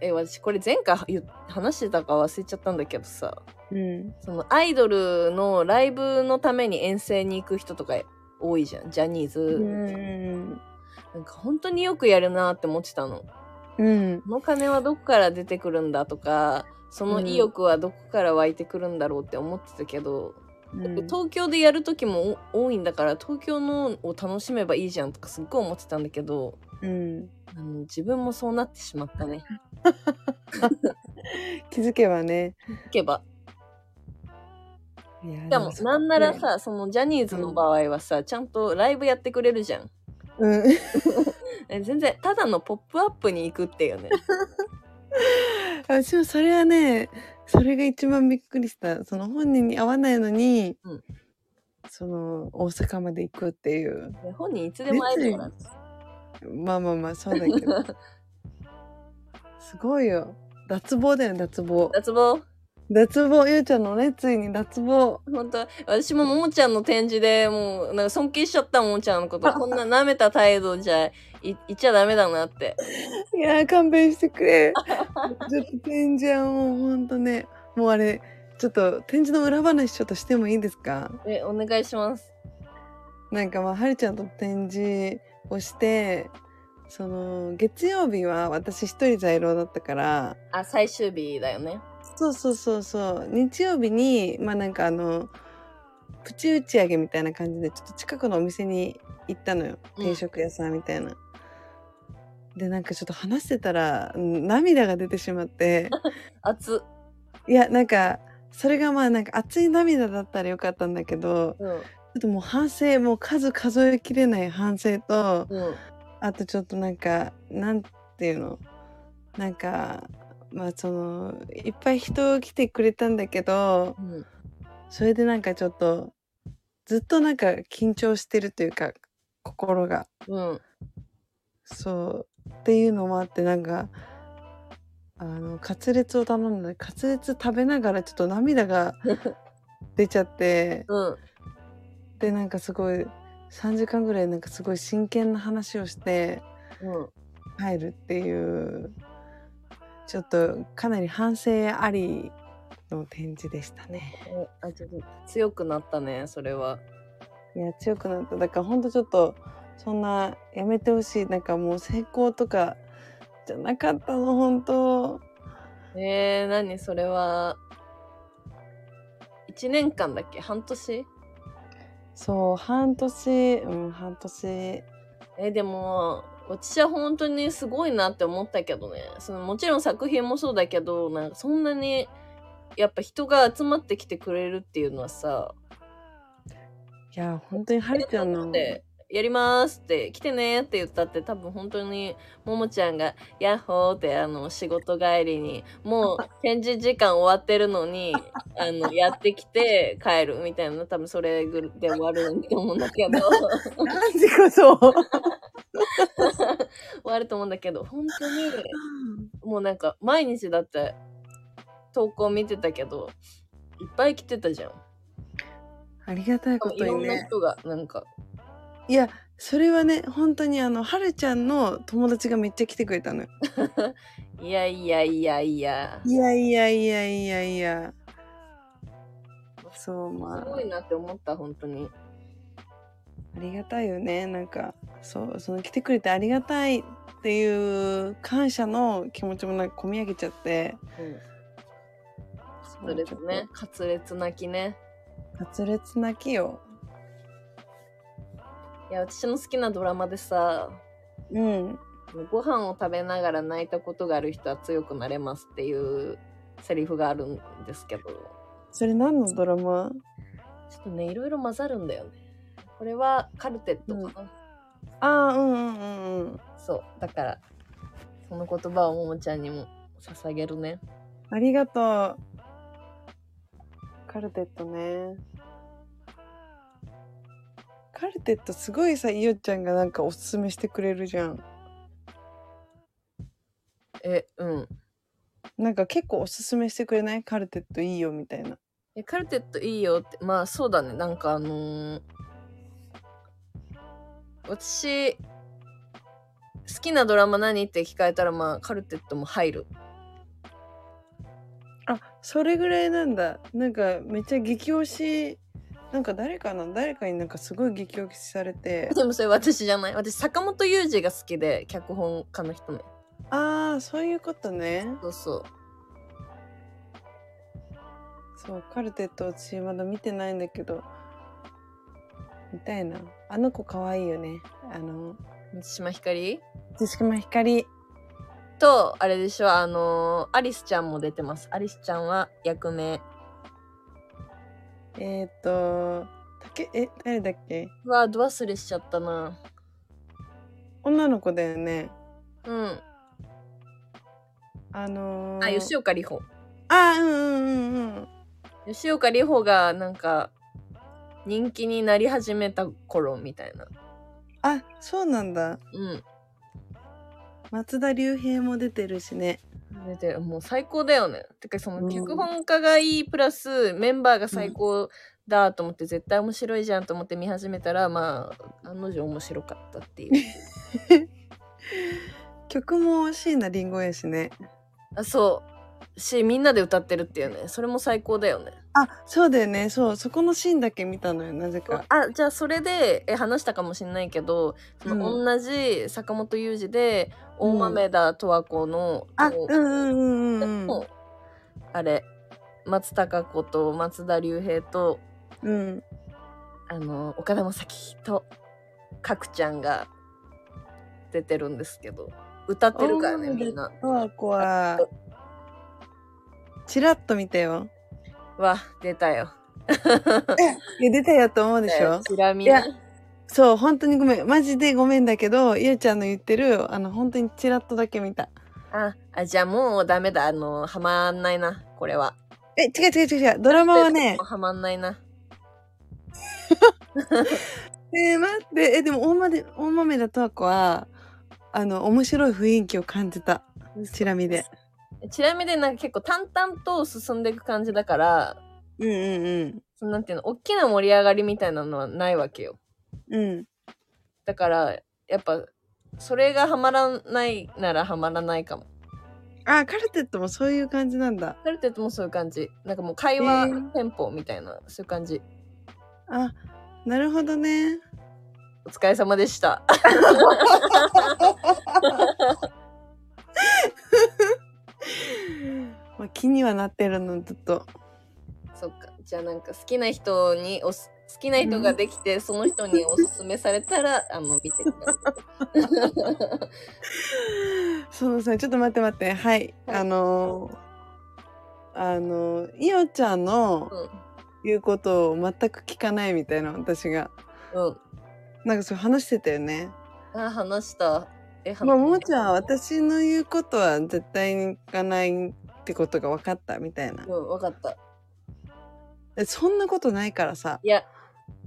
[SPEAKER 2] え私これ前回言っ話してたか忘れちゃったんだけどさ
[SPEAKER 1] うん
[SPEAKER 2] そのアイドルのライブのために遠征に行く人とか多いじゃんジャニーズ、
[SPEAKER 1] うん
[SPEAKER 2] なんか本当によくやるなって思ってたの
[SPEAKER 1] うん
[SPEAKER 2] この金はどこから出てくるんだとかその意欲はどこから湧いてくるんだろうって思ってたけど、東京でやる時もお多いんだから東京のを楽しめばいいじゃんとかすっごい思ってたんだけど
[SPEAKER 1] うん
[SPEAKER 2] あの自分もそうなってしまったね
[SPEAKER 1] 気づけばね
[SPEAKER 2] 行けば
[SPEAKER 1] いや
[SPEAKER 2] しかも
[SPEAKER 1] で
[SPEAKER 2] なんならさ、そのジャニーズの場合はさ、ちゃんとライブやってくれるじゃん
[SPEAKER 1] うん
[SPEAKER 2] え全然ただのポップアップに行くっていうね
[SPEAKER 1] あ私もそれはねそれが一番びっくりしたその本人に会わないのに、
[SPEAKER 2] うん
[SPEAKER 1] その大阪まで行くっていう
[SPEAKER 2] いや本人いつでも会えるから
[SPEAKER 1] まあまあまあそうだけどすごいよ脱帽だよね脱帽
[SPEAKER 2] 脱帽
[SPEAKER 1] 脱帽ゆうちゃんのねついに脱帽
[SPEAKER 2] 本当私もももちゃんの展示でもうなんか尊敬しちゃったももちゃんの ことこんな舐めた態度じゃいいっちゃダメだなって
[SPEAKER 1] いやー勘弁してくれちょっと展示はもうほんとねもうあれちょっと展示の裏話ちょっとしてもいいですか
[SPEAKER 2] えお願いします
[SPEAKER 1] なんかまあはるちゃんと展示をしてその月曜日は私一人在廊だったから
[SPEAKER 2] あ最終日だよね
[SPEAKER 1] そうそうそうそう日曜日にまあなんかあのプチ打ち上げみたいな感じでちょっと近くのお店に行ったのよ
[SPEAKER 2] うん
[SPEAKER 1] 定食屋さんみたいな。でなんかちょっと話してたらうん涙が出てしま って。
[SPEAKER 2] 熱
[SPEAKER 1] いやなんかそれがまあなんか熱い涙だったらよかったんだけど
[SPEAKER 2] う
[SPEAKER 1] ち
[SPEAKER 2] ん
[SPEAKER 1] ょっともう反省もう数数えきれない反省と
[SPEAKER 2] うん
[SPEAKER 1] あとちょっとなんかなんていうのなんかまあそのいっぱい人来てくれたんだけど
[SPEAKER 2] うん
[SPEAKER 1] それでなんかちょっとずっとなんか緊張してるというか心が
[SPEAKER 2] うん
[SPEAKER 1] そうっていうのもあってなんかあのカツレツを頼んだカツレツ食べながらちょっと涙が出ちゃって
[SPEAKER 2] うん
[SPEAKER 1] でなんかすごい3時間ぐらいなんかすごい真剣な話をして
[SPEAKER 2] うん
[SPEAKER 1] 帰るっていうちょっとかなり反省ありの展示でしたね。
[SPEAKER 2] えあちょっと強くなったねそれはい
[SPEAKER 1] や強くなっただからほんとちょっとそんなやめてほしいなんかもう成功とかじゃなかったの本当
[SPEAKER 2] えー、何それは1年間だっけ半年
[SPEAKER 1] そう半年うん半年
[SPEAKER 2] えでも私は本当にすごいなって思ったけどねそのもちろん作品もそうだけどなんかそんなにやっぱ人が集まってきてくれるっていうのはさ
[SPEAKER 1] いや本当にはるちゃんの
[SPEAKER 2] でやりますって来てねって言ったって多分本当にももちゃんが「ヤッホー」ってあの仕事帰りにもう展示時間終わってる のにあのやってきて帰るみたいな多分それぐで終わるんだと思うんだけ ど
[SPEAKER 1] 何時こそ
[SPEAKER 2] 終わると思うんだけど本当にもうなんか毎日だって投稿見てたけどいっぱい来てたじゃん。
[SPEAKER 1] ありがたいこと
[SPEAKER 2] いろ
[SPEAKER 1] に
[SPEAKER 2] んな
[SPEAKER 1] ね
[SPEAKER 2] 人がなんか
[SPEAKER 1] いやそれはね本当にあのはるちゃんの友達がめっちゃ来てくれたのよ
[SPEAKER 2] いやいやいやいや。
[SPEAKER 1] いやいやいやいやいやそうますあ
[SPEAKER 2] ごいなって思った本当に。
[SPEAKER 1] ありがたいよねなんかそうその来てくれてありがたいっていう感謝の気持ちもなんか込み上げちゃって
[SPEAKER 2] そうですね。滑裂なきね。
[SPEAKER 1] 熱烈なきよ
[SPEAKER 2] いや、私の好きなドラマでさ、
[SPEAKER 1] うん
[SPEAKER 2] ご飯を食べながら泣いたことがある人は強くなれますっていうセリフがあるんですけど、ちょ
[SPEAKER 1] それ何のドラマ
[SPEAKER 2] っとね、いろいろ混ざるんだよね。これはカルテットかな。
[SPEAKER 1] ああうんうんうんうん
[SPEAKER 2] そう。だから、その言葉をももちゃんにも捧げるね。
[SPEAKER 1] ありがとうカルテットねカルテットすごいさいおちゃんがなんかおすすめしてくれるじゃん
[SPEAKER 2] え、うん。
[SPEAKER 1] なんか結構おすすめしてくれないカルテットいいよみたいな
[SPEAKER 2] えカルテットいいよってまあそうだねなんかあのー私好きなドラマ何って聞かれたらまあカルテットも入る
[SPEAKER 1] あそれぐらいなんだなんかめっちゃ激推しなんか誰かな誰かになんかすごい激推しされて
[SPEAKER 2] でもそれ私じゃない私坂本雄二が好きで脚本家の人ね
[SPEAKER 1] ああそういうことね
[SPEAKER 2] そうそう
[SPEAKER 1] そうカルテット私まだ見てないんだけど見たいなあの子可愛いよねあの
[SPEAKER 2] 満島ひかり
[SPEAKER 1] ジェシカマヒカリ
[SPEAKER 2] とあれでしょあのーアリスちゃんも出てますアリスちゃんは役名
[SPEAKER 1] えーっ、とたけえ誰だっけ
[SPEAKER 2] うわド忘れしちゃったな
[SPEAKER 1] 女の子だよね
[SPEAKER 2] うん
[SPEAKER 1] あの
[SPEAKER 2] あ
[SPEAKER 1] ー、
[SPEAKER 2] 吉岡里帆
[SPEAKER 1] あうんうんうんうん
[SPEAKER 2] 吉岡里帆がなんか人気になり始めた頃みたいな
[SPEAKER 1] あそうなんだ
[SPEAKER 2] うん
[SPEAKER 1] 松田龍平も出てるしね
[SPEAKER 2] 出てもう最高だよねてかそ
[SPEAKER 1] うん
[SPEAKER 2] の脚本家がいいプラスメンバーが最高だと思って絶対面白いじゃんと思って見始めたらまあ案の定面白かっ たっていう
[SPEAKER 1] 曲も椎名林檎やしね
[SPEAKER 2] あそしみんなで歌ってるっていうねそれも最高だよね
[SPEAKER 1] あそうだよねそうそこのシーンだけ見たのよなぜか
[SPEAKER 2] あじゃあそれでえ話したかもしれないけど、その
[SPEAKER 1] う
[SPEAKER 2] 同じ坂本雄二で
[SPEAKER 1] うん
[SPEAKER 2] 大豆田十和子の、
[SPEAKER 1] あう
[SPEAKER 2] と
[SPEAKER 1] んうんうんうんうん
[SPEAKER 2] とあれ松たか子と松田龍平と
[SPEAKER 1] うん
[SPEAKER 2] あの岡田将生と角ちゃんが出てるんですけど歌ってるからね
[SPEAKER 1] 大豆田
[SPEAKER 2] みんな
[SPEAKER 1] 十和子はチラッと見たよ
[SPEAKER 2] わ出たよ
[SPEAKER 1] いや出たよと思うでしょ
[SPEAKER 2] チラ見
[SPEAKER 1] いや
[SPEAKER 2] ね
[SPEAKER 1] そう本当にごめんマジでごめんだけどゆうちゃんの言ってるあの本当にチラッとだけ見た
[SPEAKER 2] ああじゃあもうダメだあのはまんないなこれは
[SPEAKER 1] え違う違う違う違うドラマはね
[SPEAKER 2] はまんないな
[SPEAKER 1] えー、待ってえでも大豆大豆田十和子はあの面白い雰囲気を感じたチラ見で
[SPEAKER 2] チラ見でなんか結構淡々と進んでいく感じだから
[SPEAKER 1] うんうんうん
[SPEAKER 2] そのなんていうの大きな盛り上がりみたいなのはないわけよ
[SPEAKER 1] うん
[SPEAKER 2] だからやっぱそれがハマらないならハマらないかも
[SPEAKER 1] あカルテットもそういう感じなんだ
[SPEAKER 2] カルテットもそういう感じなんかもう会話
[SPEAKER 1] へー
[SPEAKER 2] テンポみたいなそういう感じ
[SPEAKER 1] あなるほどね
[SPEAKER 2] お疲れ様でした
[SPEAKER 1] まあ気にはなってるのずっと
[SPEAKER 2] そっかじゃあなんか好きな人におす好きな人ができて、その人におすすめされたら あの見てください
[SPEAKER 1] そのさちょっと待って待ってはい、
[SPEAKER 2] はい
[SPEAKER 1] あのーあのーいおちゃんの言うことを全く聞かないみたいな私が
[SPEAKER 2] うんうん
[SPEAKER 1] なんかそれ話してたよね
[SPEAKER 2] あ話したえ話
[SPEAKER 1] まあももちゃんは私の言うことは絶対に聞かないってことが分かったみたいな
[SPEAKER 2] うん分かった
[SPEAKER 1] えそんなことないからさ
[SPEAKER 2] いや、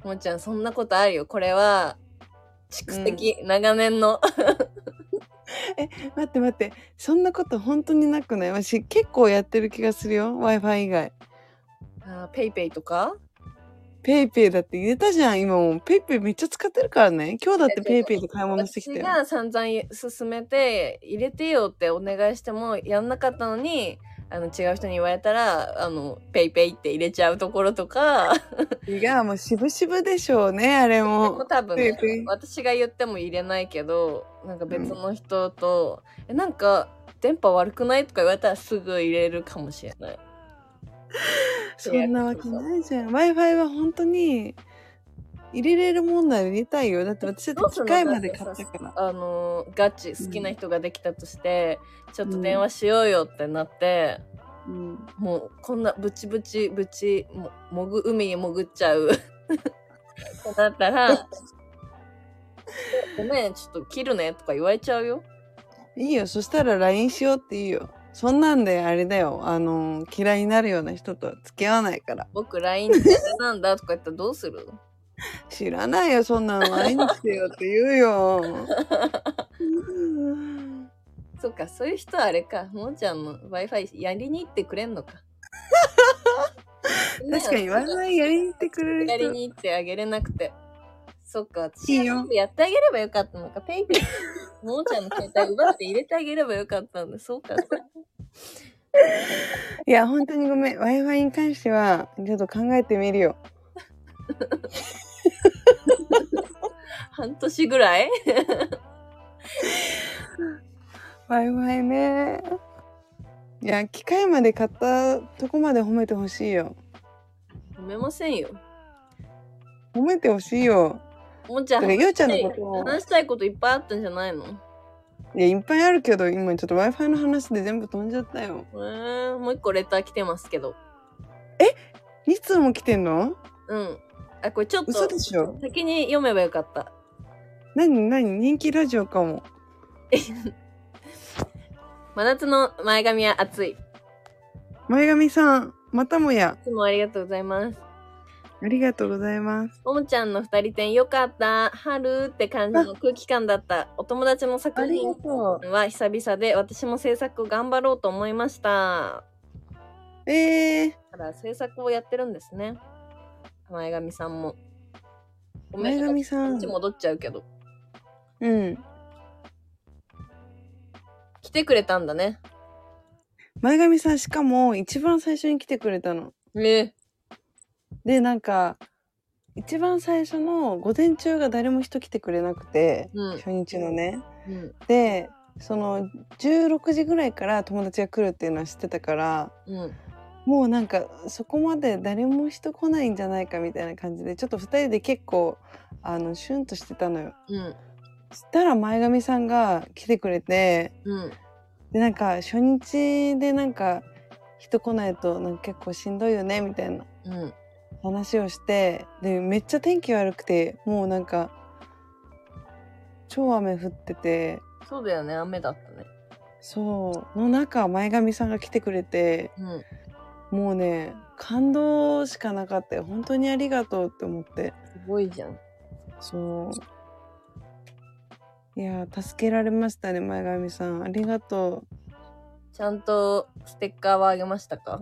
[SPEAKER 2] もーちゃん、そんなことあるよ。これは、蓄積、長年の。
[SPEAKER 1] 待って待ってそんなこと本当になくない私結構やってる気がするよ w i f i 以外
[SPEAKER 2] あーペイペイとか
[SPEAKER 1] ペイペイだって言えたじゃん今もうペイペイめっちゃ使ってるからね今日だってペイペイで買い物して
[SPEAKER 2] 私
[SPEAKER 1] きて
[SPEAKER 2] が散々勧めて、入れてよってお願いしても、やんなかったのに、あの違う人に言われたら、あの、ペイペイって入れちゃうところとか、
[SPEAKER 1] 違うもう渋々でしょうねあれ
[SPEAKER 2] もう
[SPEAKER 1] も
[SPEAKER 2] 多分、
[SPEAKER 1] ペイ、
[SPEAKER 2] ね
[SPEAKER 1] ペイ
[SPEAKER 2] 私が言っても入れないけど、なんか別の人と、え、なんか、電波悪くないとか言われたらすぐ入れるかもしれない。
[SPEAKER 1] そんなわけないじゃん w i f i は本当に入れれるもんなら入れたいよだって私だって機械まで買ったから
[SPEAKER 2] あのーガチ
[SPEAKER 1] うん
[SPEAKER 2] 好きな人ができたとして、ちょっと電話しようよってなって、
[SPEAKER 1] うん
[SPEAKER 2] もうこんなブチブチブチも潜海に潜っちゃうってなったら「ごめんちょっと切るね」とか言われちゃうよ。
[SPEAKER 1] いいよそしたら LINE しようっていいよそんなんであれだよあの嫌いになるような人とは付き合わないから
[SPEAKER 2] 僕 LINE でなんだとか言ったらどうする
[SPEAKER 1] 知らないよそんなの毎日だよって言う ようん
[SPEAKER 2] そっかそういう人はあれかもーちゃんの w i f i やりに行ってくれんのか。
[SPEAKER 1] 確かに言わないやりに行ってくれる
[SPEAKER 2] やり
[SPEAKER 1] 人
[SPEAKER 2] に行ってあげれなくて。そっか、
[SPEAKER 1] いい
[SPEAKER 2] 私
[SPEAKER 1] よ
[SPEAKER 2] はやってあげればよかったのか。ペイペイ、ももちゃんの携帯奪って入れてあげればよかったんだ。そうか。
[SPEAKER 1] いや本当にごめん w i f i に関してはちょっと考えてみるよ
[SPEAKER 2] 半年ぐらい
[SPEAKER 1] w i f i ねいや機械まで買ったとこまで褒めてほしいよ
[SPEAKER 2] 飲めませんよ。
[SPEAKER 1] 褒めてほしいよ
[SPEAKER 2] ももちゃ
[SPEAKER 1] だ
[SPEAKER 2] ん、
[SPEAKER 1] からゆうちゃんの
[SPEAKER 2] 話
[SPEAKER 1] こ
[SPEAKER 2] し
[SPEAKER 1] と
[SPEAKER 2] たい
[SPEAKER 1] を
[SPEAKER 2] 話したいこといっぱいあったんじゃないの
[SPEAKER 1] いやいっぱいあるけど今ちょっと w i f i の話で全部飛んじゃったよ
[SPEAKER 2] えー、もう一個レター来てますけど。
[SPEAKER 1] 2通も来てんの
[SPEAKER 2] うん。あ、これちょっと
[SPEAKER 1] 嘘でしょ
[SPEAKER 2] 先に読めばよかった。
[SPEAKER 1] 何何人気ラジオかも
[SPEAKER 2] 真夏の前髪は熱い。い
[SPEAKER 1] 前髪さんまたもや
[SPEAKER 2] つもありがとうございます。
[SPEAKER 1] ありがとうございます
[SPEAKER 2] ももちゃんの二人展よかった。春って感じの空気感だった。お友達の作品
[SPEAKER 1] と
[SPEAKER 2] は久々で私も制作を頑張ろうと思いました
[SPEAKER 1] うえー、
[SPEAKER 2] だから制作をやってるんですね前髪さんもごめ
[SPEAKER 1] 前
[SPEAKER 2] ん
[SPEAKER 1] 髪さ
[SPEAKER 2] こ
[SPEAKER 1] ん
[SPEAKER 2] っち戻っちゃうけど
[SPEAKER 1] うん
[SPEAKER 2] 来てくれたんだね
[SPEAKER 1] 前髪さんしかも一番最初に来てくれたの。
[SPEAKER 2] ね
[SPEAKER 1] でなんか一番最初の午前中が誰も人来てくれなくて、
[SPEAKER 2] うん
[SPEAKER 1] 初日のね。
[SPEAKER 2] うん
[SPEAKER 1] でその16時ぐらいから友達が来るっていうのは知ってたから
[SPEAKER 2] うん
[SPEAKER 1] もうなんかそこまで誰も人来ないんじゃないかみたいな感じでちょっと2人で結構あのシュンとしてたのよ。
[SPEAKER 2] うん
[SPEAKER 1] そしたら前髪さんが来てくれて
[SPEAKER 2] うん
[SPEAKER 1] でなんか初日でなんか人来ないとなんか結構しんどいよねみたいな
[SPEAKER 2] うん
[SPEAKER 1] 話をしてでめっちゃ天気悪くてもうなんか超雨降ってて
[SPEAKER 2] そうだよね雨だったね
[SPEAKER 1] そうの中前髪さんが来てくれて
[SPEAKER 2] うん
[SPEAKER 1] もうね感動しかなかったよ本当にありがとうって思って
[SPEAKER 2] すごいじゃん
[SPEAKER 1] そういやー助けられましたね前髪さんありがとう
[SPEAKER 2] ちゃんとステッカーはあげましたか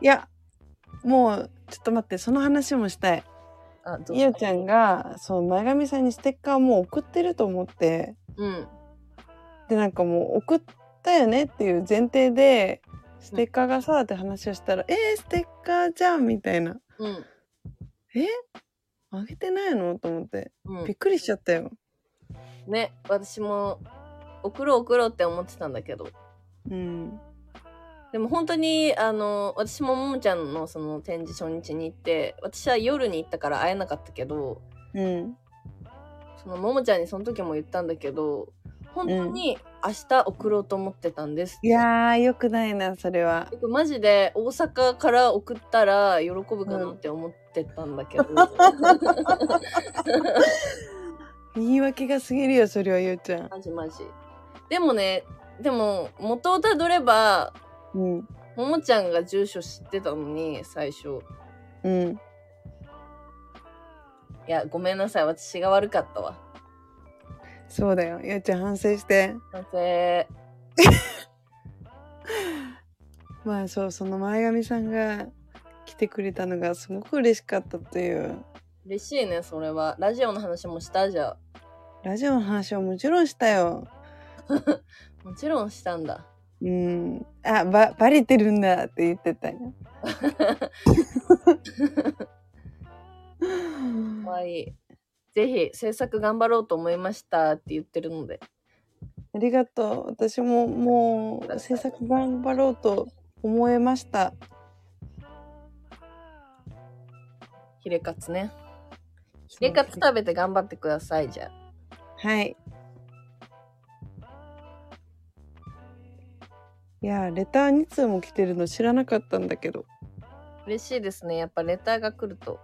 [SPEAKER 1] いやもうちょっと待ってその話もしたい
[SPEAKER 2] あどう
[SPEAKER 1] いよちゃんがそう前髪さんにステッカーをもう送ってると思って
[SPEAKER 2] うん
[SPEAKER 1] でなんかもう送ったよねっていう前提でステッカーがさって話をしたら「えー、ステッカーじゃん」みたいな
[SPEAKER 2] うん
[SPEAKER 1] 「あげてないの?」と思って
[SPEAKER 2] う
[SPEAKER 1] びっ
[SPEAKER 2] ん
[SPEAKER 1] くりしちゃったよ。
[SPEAKER 2] ね私も送ろう送ろうって思ってたんだけど
[SPEAKER 1] うん、
[SPEAKER 2] でも本当にあの私もももちゃんのその展示初日に行って私は夜に行ったから会えなかったけど
[SPEAKER 1] うん、
[SPEAKER 2] そのももちゃんにその時も言ったんだけど本当に明日送ろうと思ってたんですって、
[SPEAKER 1] いやーよくないなそれは。
[SPEAKER 2] 僕マジで大阪から送ったら喜ぶかなって思ってたんだけど、
[SPEAKER 1] 言い訳が過ぎるよそれはゆうちゃん。
[SPEAKER 2] マジマジでもねでも元をたどれば
[SPEAKER 1] うん、
[SPEAKER 2] ももちゃんが住所知ってたのに最初
[SPEAKER 1] うん、
[SPEAKER 2] いやごめんなさい私が悪かったわ
[SPEAKER 1] そうだよゆうちゃん反省して。
[SPEAKER 2] 反省
[SPEAKER 1] まあそうその前髪さんが来てくれたのがすごく嬉しかったという
[SPEAKER 2] 嬉しいねそれはラジオの話もしたじゃん
[SPEAKER 1] ラジオの話はもちろんしたよ。
[SPEAKER 2] もちろんしたんだ
[SPEAKER 1] うん、あばバレてるんだって言ってた よ。
[SPEAKER 2] かわいいぜひ制作頑張ろうと思いましたって言ってるので
[SPEAKER 1] ありがとう。私ももう制作頑張ろうと思えました。
[SPEAKER 2] ヒレカツねヒレカツ食べて頑張ってくださいじゃあ
[SPEAKER 1] はい。いやーレター2通も来てるの知らなかったんだけど
[SPEAKER 2] 嬉しいですねやっぱレターが来ると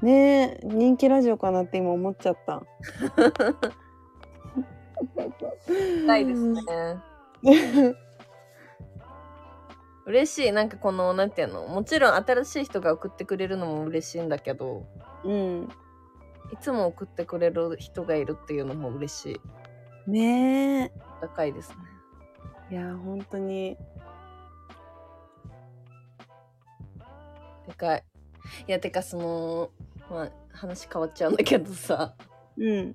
[SPEAKER 1] ねえ人気ラジオかなって今思っちゃ った。
[SPEAKER 2] た いですね嬉しいなんかこのなんていうのもちろん新しい人が送ってくれるのも嬉しいんだけど
[SPEAKER 1] うん。
[SPEAKER 2] いつも送ってくれる人がいるっていうのも嬉しい
[SPEAKER 1] ねえ。
[SPEAKER 2] 高いですね
[SPEAKER 1] いやー本当に
[SPEAKER 2] でかいいやてかそのまあ話変わっちゃうんだけどさ
[SPEAKER 1] うん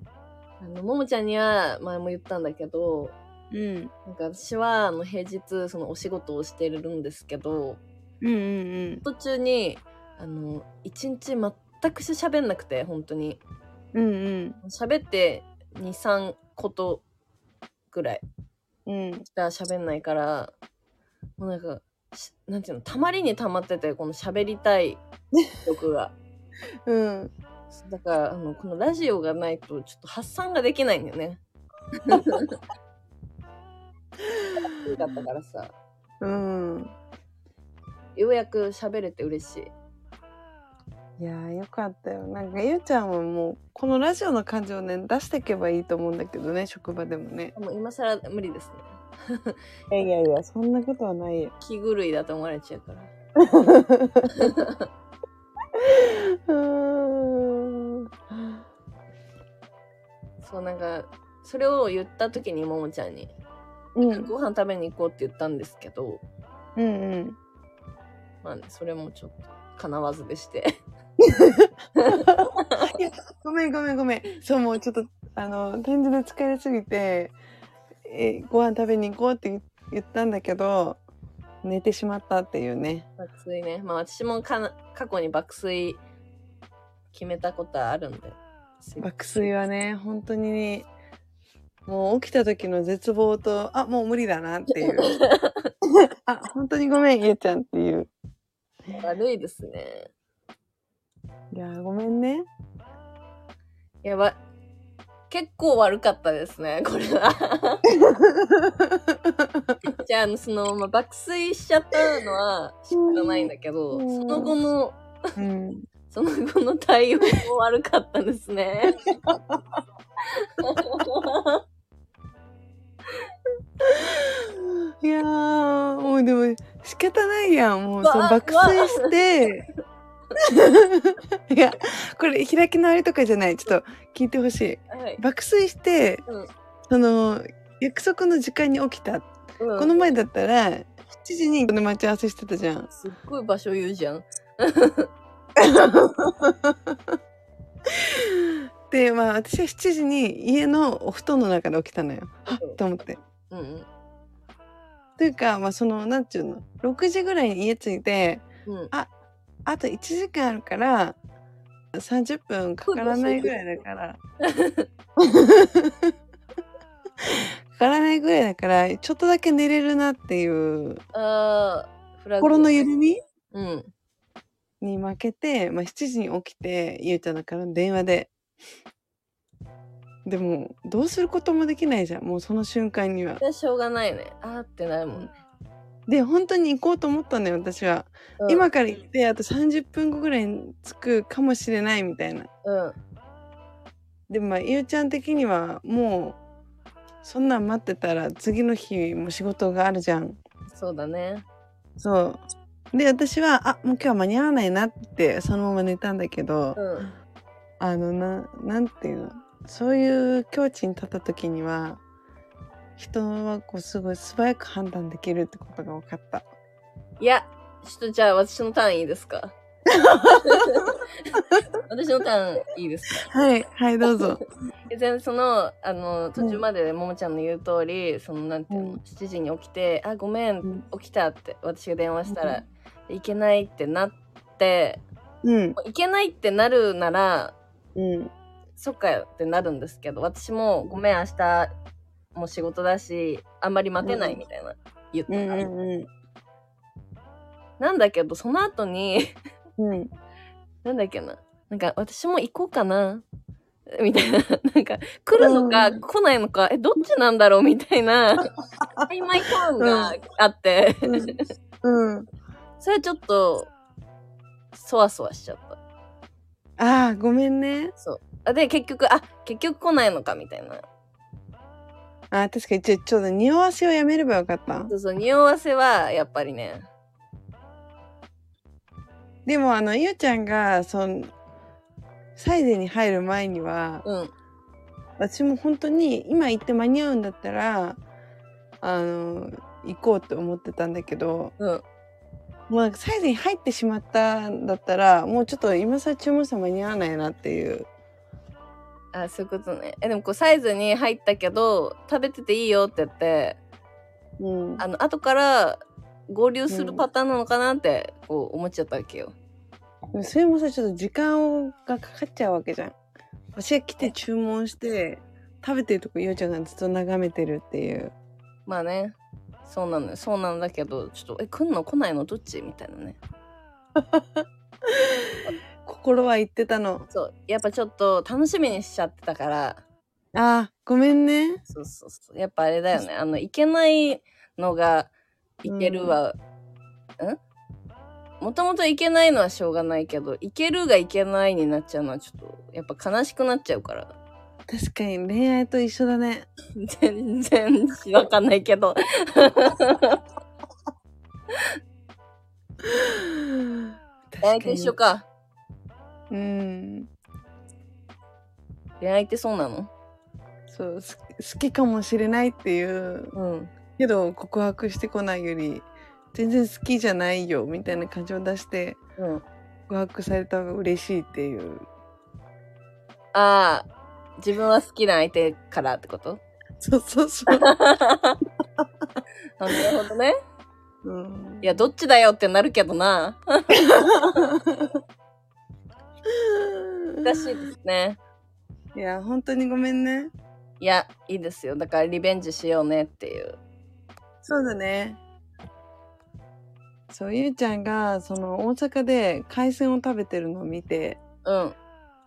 [SPEAKER 2] あのももちゃんには前も言ったんだけど
[SPEAKER 1] うん
[SPEAKER 2] なんか私はあの平日そのお仕事をしてるんですけど
[SPEAKER 1] うんうん
[SPEAKER 2] 途中にあの一日全く喋んなくて本当に
[SPEAKER 1] うんうん
[SPEAKER 2] 喋って23ことぐらい
[SPEAKER 1] うんうん
[SPEAKER 2] しか喋んないからもうなんかしなんていうのたまりにたまっててこの喋りたい僕 が
[SPEAKER 1] うん
[SPEAKER 2] だからあのこのラジオがないとちょっと発散ができないんだよねだったからさ
[SPEAKER 1] うん
[SPEAKER 2] ようやく喋れて嬉しい
[SPEAKER 1] いやーよかったよなんかゆうちゃんはもうこのラジオの感じをね出していけばいいと思うんだけどね職場でもね
[SPEAKER 2] もう今更無理ですね
[SPEAKER 1] いやいやいやそんなことはないよ
[SPEAKER 2] 気狂いだと思われちゃうから
[SPEAKER 1] うーん
[SPEAKER 2] そうなんかそれを言った時にももちゃんに
[SPEAKER 1] うん
[SPEAKER 2] ご飯食べに行こうって言ったんですけど
[SPEAKER 1] うんうん
[SPEAKER 2] まあねそれもちょっとかなわずでして
[SPEAKER 1] いやごめんごめんごめんそうもうちょっとあの展示で疲れすぎてえご飯食べに行こうって言言ったんだけど寝てしまったっていうね
[SPEAKER 2] 爆睡ね。 まあ私もかな過去に爆睡決めたことはあるんで。
[SPEAKER 1] 爆睡はね本当にもう起きた時の絶望とあもう無理だなっていうあ本当にごめんゆうちゃんっていう
[SPEAKER 2] 悪いですね。
[SPEAKER 1] いやーごめんね
[SPEAKER 2] やばい。結構悪かったですね、これは。じゃあ、あのその、まあ、爆睡しちゃったのは仕方ないんだけど、
[SPEAKER 1] うん
[SPEAKER 2] その後の、
[SPEAKER 1] うん
[SPEAKER 2] その後の対応も悪かったですね。
[SPEAKER 1] いやーもうでも仕方ないやんもうその
[SPEAKER 2] わ
[SPEAKER 1] 爆睡して いやこれ開き直りとかじゃないちょっと聞いてほしい
[SPEAKER 2] はい。
[SPEAKER 1] 爆睡して、
[SPEAKER 2] うん
[SPEAKER 1] その約束の時間に起きた、
[SPEAKER 2] うん
[SPEAKER 1] この前だったら7時にこの待ち合わせしてたじゃん
[SPEAKER 2] すっごい場所言うじゃん。
[SPEAKER 1] でまあ私は7時に家のお布団の中で起きたのよ
[SPEAKER 2] うん
[SPEAKER 1] はっと思って
[SPEAKER 2] うんうん。
[SPEAKER 1] というかまあそのなんていうの6時ぐらいに家着いて
[SPEAKER 2] うん。
[SPEAKER 1] あと1時間あるから30分かからないぐらいだからかからないぐらいだからちょっとだけ寝れるなっていう
[SPEAKER 2] あー、フラグ。
[SPEAKER 1] 心の緩み
[SPEAKER 2] うん。
[SPEAKER 1] に負けて、まあ、7時に起きてゆうちゃんだから電話ででもどうすることもできないじゃんもうその瞬間には
[SPEAKER 2] じゃあしょうがないね。あーってないもんね。
[SPEAKER 1] で本当に行こうと思ったのよ私は、
[SPEAKER 2] うん、
[SPEAKER 1] 今から行ってあと30分後ぐらいに着くかもしれないみたいな
[SPEAKER 2] うん。
[SPEAKER 1] でもまあゆうちゃん的にはもうそんなん待ってたら次の日も仕事があるじゃん
[SPEAKER 2] そうだね。
[SPEAKER 1] そうで私はあもう今日は間に合わないなってそのまま寝たんだけど、
[SPEAKER 2] うん。
[SPEAKER 1] あのななんていうのそういう境地に立った時には人はこうすごい素早く判断できるってことが分かった。
[SPEAKER 2] いや、ちょっとじゃあ私の単位いいです か私の単位いいですか
[SPEAKER 1] はいはいどうぞ。
[SPEAKER 2] 全然その、あの、途中までももちゃんの言う通り、その、なんていうの、
[SPEAKER 1] うん
[SPEAKER 2] 7時に起きて、あ、ごめ
[SPEAKER 1] うんん、
[SPEAKER 2] 起きたって、私が電話した
[SPEAKER 1] う
[SPEAKER 2] ら、いけないってなって、
[SPEAKER 1] うん
[SPEAKER 2] いけないってなるなら、
[SPEAKER 1] うん
[SPEAKER 2] そっかよってなるんですけど、私も、ごめん、明日、もう仕事だし、あんまり待てないみたいな、言った
[SPEAKER 1] う
[SPEAKER 2] ら、
[SPEAKER 1] んうん
[SPEAKER 2] なんだけど、その後に、
[SPEAKER 1] うんうん
[SPEAKER 2] なんだっけな。なんか、私も行こうかな。みたいな。なんか、来るのか
[SPEAKER 1] うん
[SPEAKER 2] 来ないのか、え、どっちなんだろうみた いな、曖昧感があって、
[SPEAKER 1] うん。
[SPEAKER 2] それはちょっと、そわそわしちゃった。
[SPEAKER 1] ああごめんね。
[SPEAKER 2] そう。あで、結局、あ、結局来ないのかみたいな。
[SPEAKER 1] あー確かにちょちょっと匂わせをやめればよかった
[SPEAKER 2] そ。うそう、匂わせは、やっぱりね。
[SPEAKER 1] でもあのゆうちゃんがそのサイゼに入る前には
[SPEAKER 2] うん。
[SPEAKER 1] 私も本当に今行って間に合うんだったらあの行こうって思ってたんだけど
[SPEAKER 2] うん。
[SPEAKER 1] もうなんかサイズに入ってしまったんだったらもうちょっと今さ注文したら間に合わないなっていう
[SPEAKER 2] あ、そういうことね。え、でも、こう、サイズに入ったけど、食べてていいよって言って、
[SPEAKER 1] うん
[SPEAKER 2] あの、後から、合流するパターンなのかなって、こう、思っちゃったわけよ。
[SPEAKER 1] でもそれもさちょっと時間がかかっちゃうわけじゃん私が来て注文して食べてるとこゆうちゃんがずっと眺めてるっていう
[SPEAKER 2] まあねそうなのよそうなんだけどちょっと「え来んの来ないのどっち?」みたいなね
[SPEAKER 1] 心は言ってたの
[SPEAKER 2] そうやっぱちょっと楽しみにしちゃってたから
[SPEAKER 1] あーごめんね
[SPEAKER 2] そうそうそうやっぱあれだよねあの行けないのが行けるは、んもともと行けないのはしょうがないけど行けるが行けないになっちゃうのはちょっとやっぱ悲しくなっちゃうから
[SPEAKER 1] 確かに恋愛と一緒だね
[SPEAKER 2] 全然わかんないけど
[SPEAKER 1] 確
[SPEAKER 2] 恋
[SPEAKER 1] か
[SPEAKER 2] 愛
[SPEAKER 1] に
[SPEAKER 2] と一緒か
[SPEAKER 1] うん
[SPEAKER 2] 恋愛ってそうなの
[SPEAKER 1] そうす好きかもしれないっていう
[SPEAKER 2] うん
[SPEAKER 1] けど告白してこないより全然好きじゃないよみたいな感じを出して
[SPEAKER 2] うん
[SPEAKER 1] 告白された方が嬉しいっていう
[SPEAKER 2] ああ自分は好きな相手からってこと
[SPEAKER 1] そうそうそう
[SPEAKER 2] あなるほどね。
[SPEAKER 1] うん
[SPEAKER 2] いや、どっちだよってなるけどな。難しいですね。
[SPEAKER 1] いや本当にごめんね
[SPEAKER 2] いや、いいですよ。だからリベンジしようねっていう。
[SPEAKER 1] そうだねそうゆうちゃんがその大阪で海鮮を食べてるのを見て
[SPEAKER 2] うん、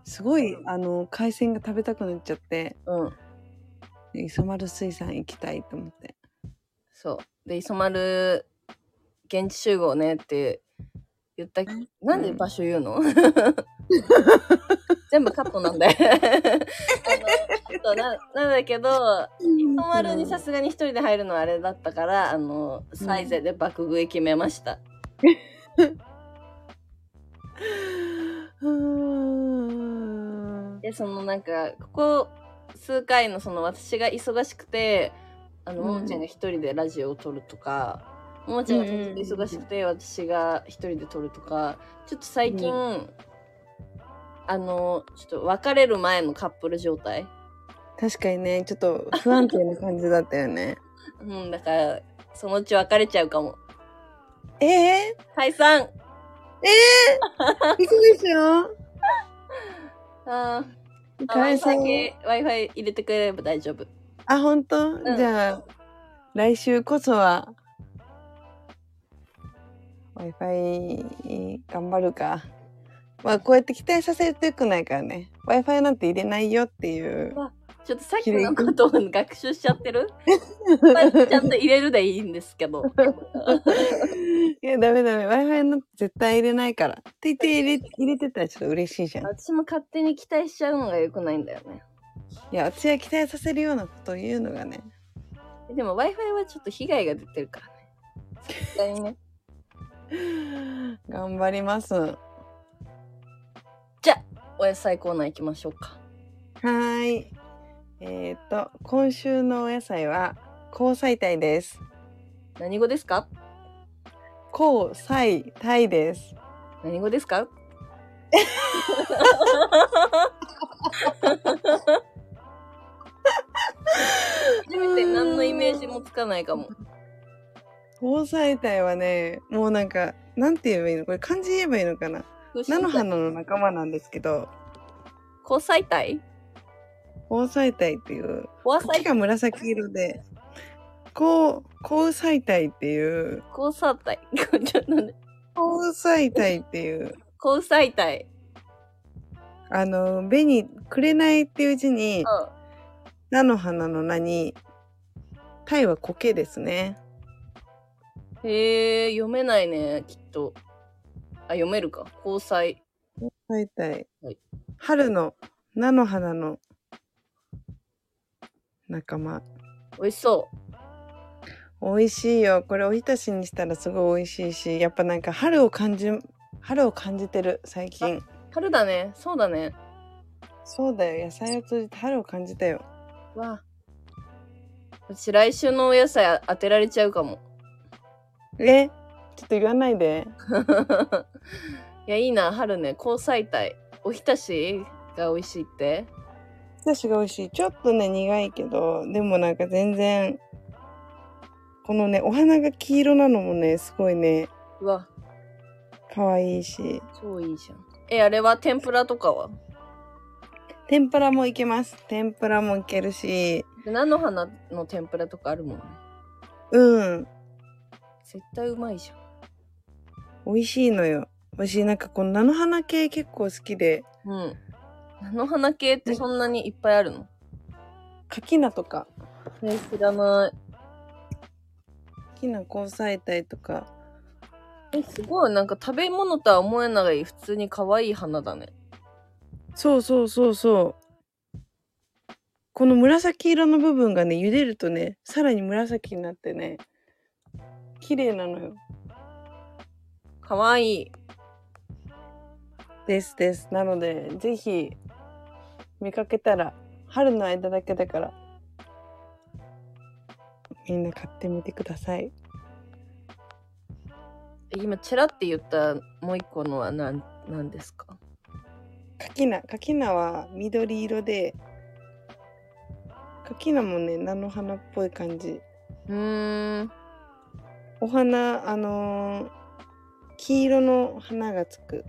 [SPEAKER 1] すごいあの海鮮が食べたくなっちゃって
[SPEAKER 2] うん。
[SPEAKER 1] 磯丸水産行きたいと思って
[SPEAKER 2] そう。で、磯丸、現地集合ねって言った。なんで場所言うの 全部カットなんで。あの そうななんだけど、
[SPEAKER 1] 磯
[SPEAKER 2] 泊まるにさすがに一人で入るのはあれだったからあのサイゼで爆食い決めました、
[SPEAKER 1] うーん
[SPEAKER 2] でそのなんかここ数回のその私が忙しくてあの、
[SPEAKER 1] うん
[SPEAKER 2] ももちゃんが一人でラジオを撮るとかももちゃんがちょっと忙しくて私が一人で撮るとかちょっと最近、
[SPEAKER 1] う
[SPEAKER 2] あのちょっと別れる前のカップル状態
[SPEAKER 1] 確かにねちょっと不安定な感じだったよね
[SPEAKER 2] うんだからそのうち別れちゃうかも
[SPEAKER 1] え え
[SPEAKER 2] 解散
[SPEAKER 1] ー、嘘でしょ
[SPEAKER 2] あー
[SPEAKER 1] 海
[SPEAKER 2] あの
[SPEAKER 1] 鮮
[SPEAKER 2] 先 Wi-Fi 入れてくれれば大丈夫
[SPEAKER 1] あ本当、
[SPEAKER 2] ん
[SPEAKER 1] じゃあ来週こそは w i f i 頑張るかまあこうやって期待させるとよくないからね w i f i なんて入れないよっていう
[SPEAKER 2] ちょっとさっきのことを学習しちゃって るまあちゃんと入れるでいいんですけど。
[SPEAKER 1] いやダメダメ w i f i なんて絶対入れないからって言って入れ入れてたらちょっと嬉しいじゃん
[SPEAKER 2] 私も勝手に期待しちゃうのが良くないんだよね。
[SPEAKER 1] いや私は期待させるようなことを言うのがね
[SPEAKER 2] でも Wi-Fi はちょっと被害が出てるからね。絶対にね。
[SPEAKER 1] 頑張りますは
[SPEAKER 2] じゃあ、お野菜コーナー行きましょうか。
[SPEAKER 1] ーいえっ、ー、と今週のお野菜は香菜鯛です
[SPEAKER 2] 何語ですか
[SPEAKER 1] 香菜鯛です
[SPEAKER 2] 何語ですか初めて何のイメージもつかないかも。
[SPEAKER 1] 香菜鯛はねもうなんかなんて言えばいいのこれ漢字言えばいいのかな菜の花の仲間なんですけど
[SPEAKER 2] 交際体
[SPEAKER 1] 香菜鯛っていう
[SPEAKER 2] 交
[SPEAKER 1] 茎
[SPEAKER 2] 際
[SPEAKER 1] が紫色で香香菜鯛っていう
[SPEAKER 2] 交際体 ちょっと待って
[SPEAKER 1] 香菜鯛っていう
[SPEAKER 2] 交際体。
[SPEAKER 1] あの紅紅っていう字に
[SPEAKER 2] うん
[SPEAKER 1] 菜の花の名に鯛は苔ですね
[SPEAKER 2] へえ、読めないね、きっと。あ、読めるか。交際。
[SPEAKER 1] 大体、
[SPEAKER 2] はい
[SPEAKER 1] 春の菜の花の仲間
[SPEAKER 2] 美味しそ
[SPEAKER 1] 美味しいよこれおひたしにしたらすごい美味しいしやっぱなんか春を感じ春を感じてる最近
[SPEAKER 2] う。春だね。そうだね。
[SPEAKER 1] そうだよ野菜を通じて春を感じたよ
[SPEAKER 2] わあ。うち来週のお野菜当てられちゃうかも。
[SPEAKER 1] えちょっと言わないで
[SPEAKER 2] いや、いいな、春ね。交際体。おひたしが美味しいって。
[SPEAKER 1] おひたしが美味しいちょっとね苦いけどでもなんか全然このねお花が黄色なのもねすごいね
[SPEAKER 2] うわ、
[SPEAKER 1] 可愛いし
[SPEAKER 2] 超いいじゃん。え、あれは天ぷらとかは
[SPEAKER 1] 天ぷらもいけます天ぷらもいけるし
[SPEAKER 2] で菜の花の天ぷらとかあるもんね。
[SPEAKER 1] うん
[SPEAKER 2] 絶対うまいじ
[SPEAKER 1] 美味しいのよ私なんかこの菜の花系結構好きで
[SPEAKER 2] ゃん。うん。菜の花系ってそんなにいっぱいあるの
[SPEAKER 1] き菜とか
[SPEAKER 2] え、知らない。
[SPEAKER 1] きな交際体とか
[SPEAKER 2] えすごいなんか食べ物とは思えない普通に可愛い花だね
[SPEAKER 1] そうそうそうそうこの紫色の部分がね茹でるとねさらに紫になってね綺麗なのよ
[SPEAKER 2] 可愛い
[SPEAKER 1] ですですなのでぜひ見かけたら春の間だけだからみんな買ってみてください
[SPEAKER 2] え今チラって言ったもう一個のは何何ですか
[SPEAKER 1] カキナカキナは緑色でカキナもね菜の花っぽい感じ
[SPEAKER 2] うーん
[SPEAKER 1] 香お花あのー黄色の花がつく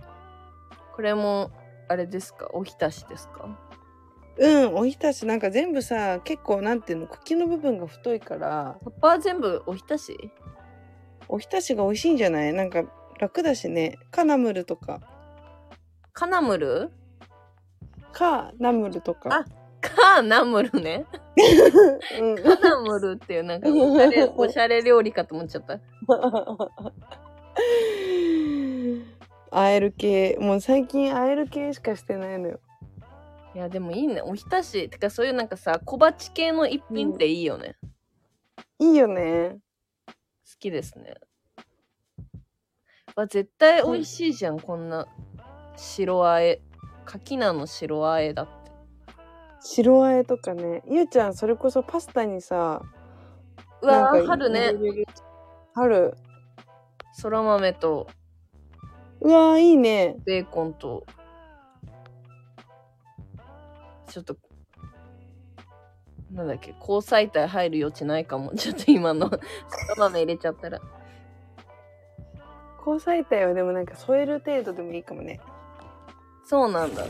[SPEAKER 2] これもあれですかおひたしですか
[SPEAKER 1] うんおひたしなんか全部さ結構なんていうの茎の部分が太いから
[SPEAKER 2] 葉っぱは全部おひたし
[SPEAKER 1] おひたしが美味しいんじゃないなんか楽だしねカナムルとか
[SPEAKER 2] カナムル
[SPEAKER 1] カナムルとか
[SPEAKER 2] あカーナムルね
[SPEAKER 1] うん
[SPEAKER 2] カナムルっていうなんかおしゃれおしゃれ料理かと思っちゃった
[SPEAKER 1] アエル系もう最近アエル系しかしてないのよ
[SPEAKER 2] いやでもいいねおひたしてかそういうなんかさ小鉢系の一品っていいよね、好
[SPEAKER 1] いいよね
[SPEAKER 2] きですねわ絶対美味しいじゃん、こんな白あえかきなの白あえだって
[SPEAKER 1] 白あえとかねゆうちゃんそれこそパスタにさ
[SPEAKER 2] うわ
[SPEAKER 1] なん
[SPEAKER 2] ー
[SPEAKER 1] か
[SPEAKER 2] 春ね
[SPEAKER 1] 入れれる春
[SPEAKER 2] そら豆と
[SPEAKER 1] うわーいいね
[SPEAKER 2] ベーコンとちょっとなんだっけ交際体入る余地ないかも ちょっと今のそら豆入れちゃったら
[SPEAKER 1] 交際体はでもなんか添える程度でもいいかもね
[SPEAKER 2] そうなんだ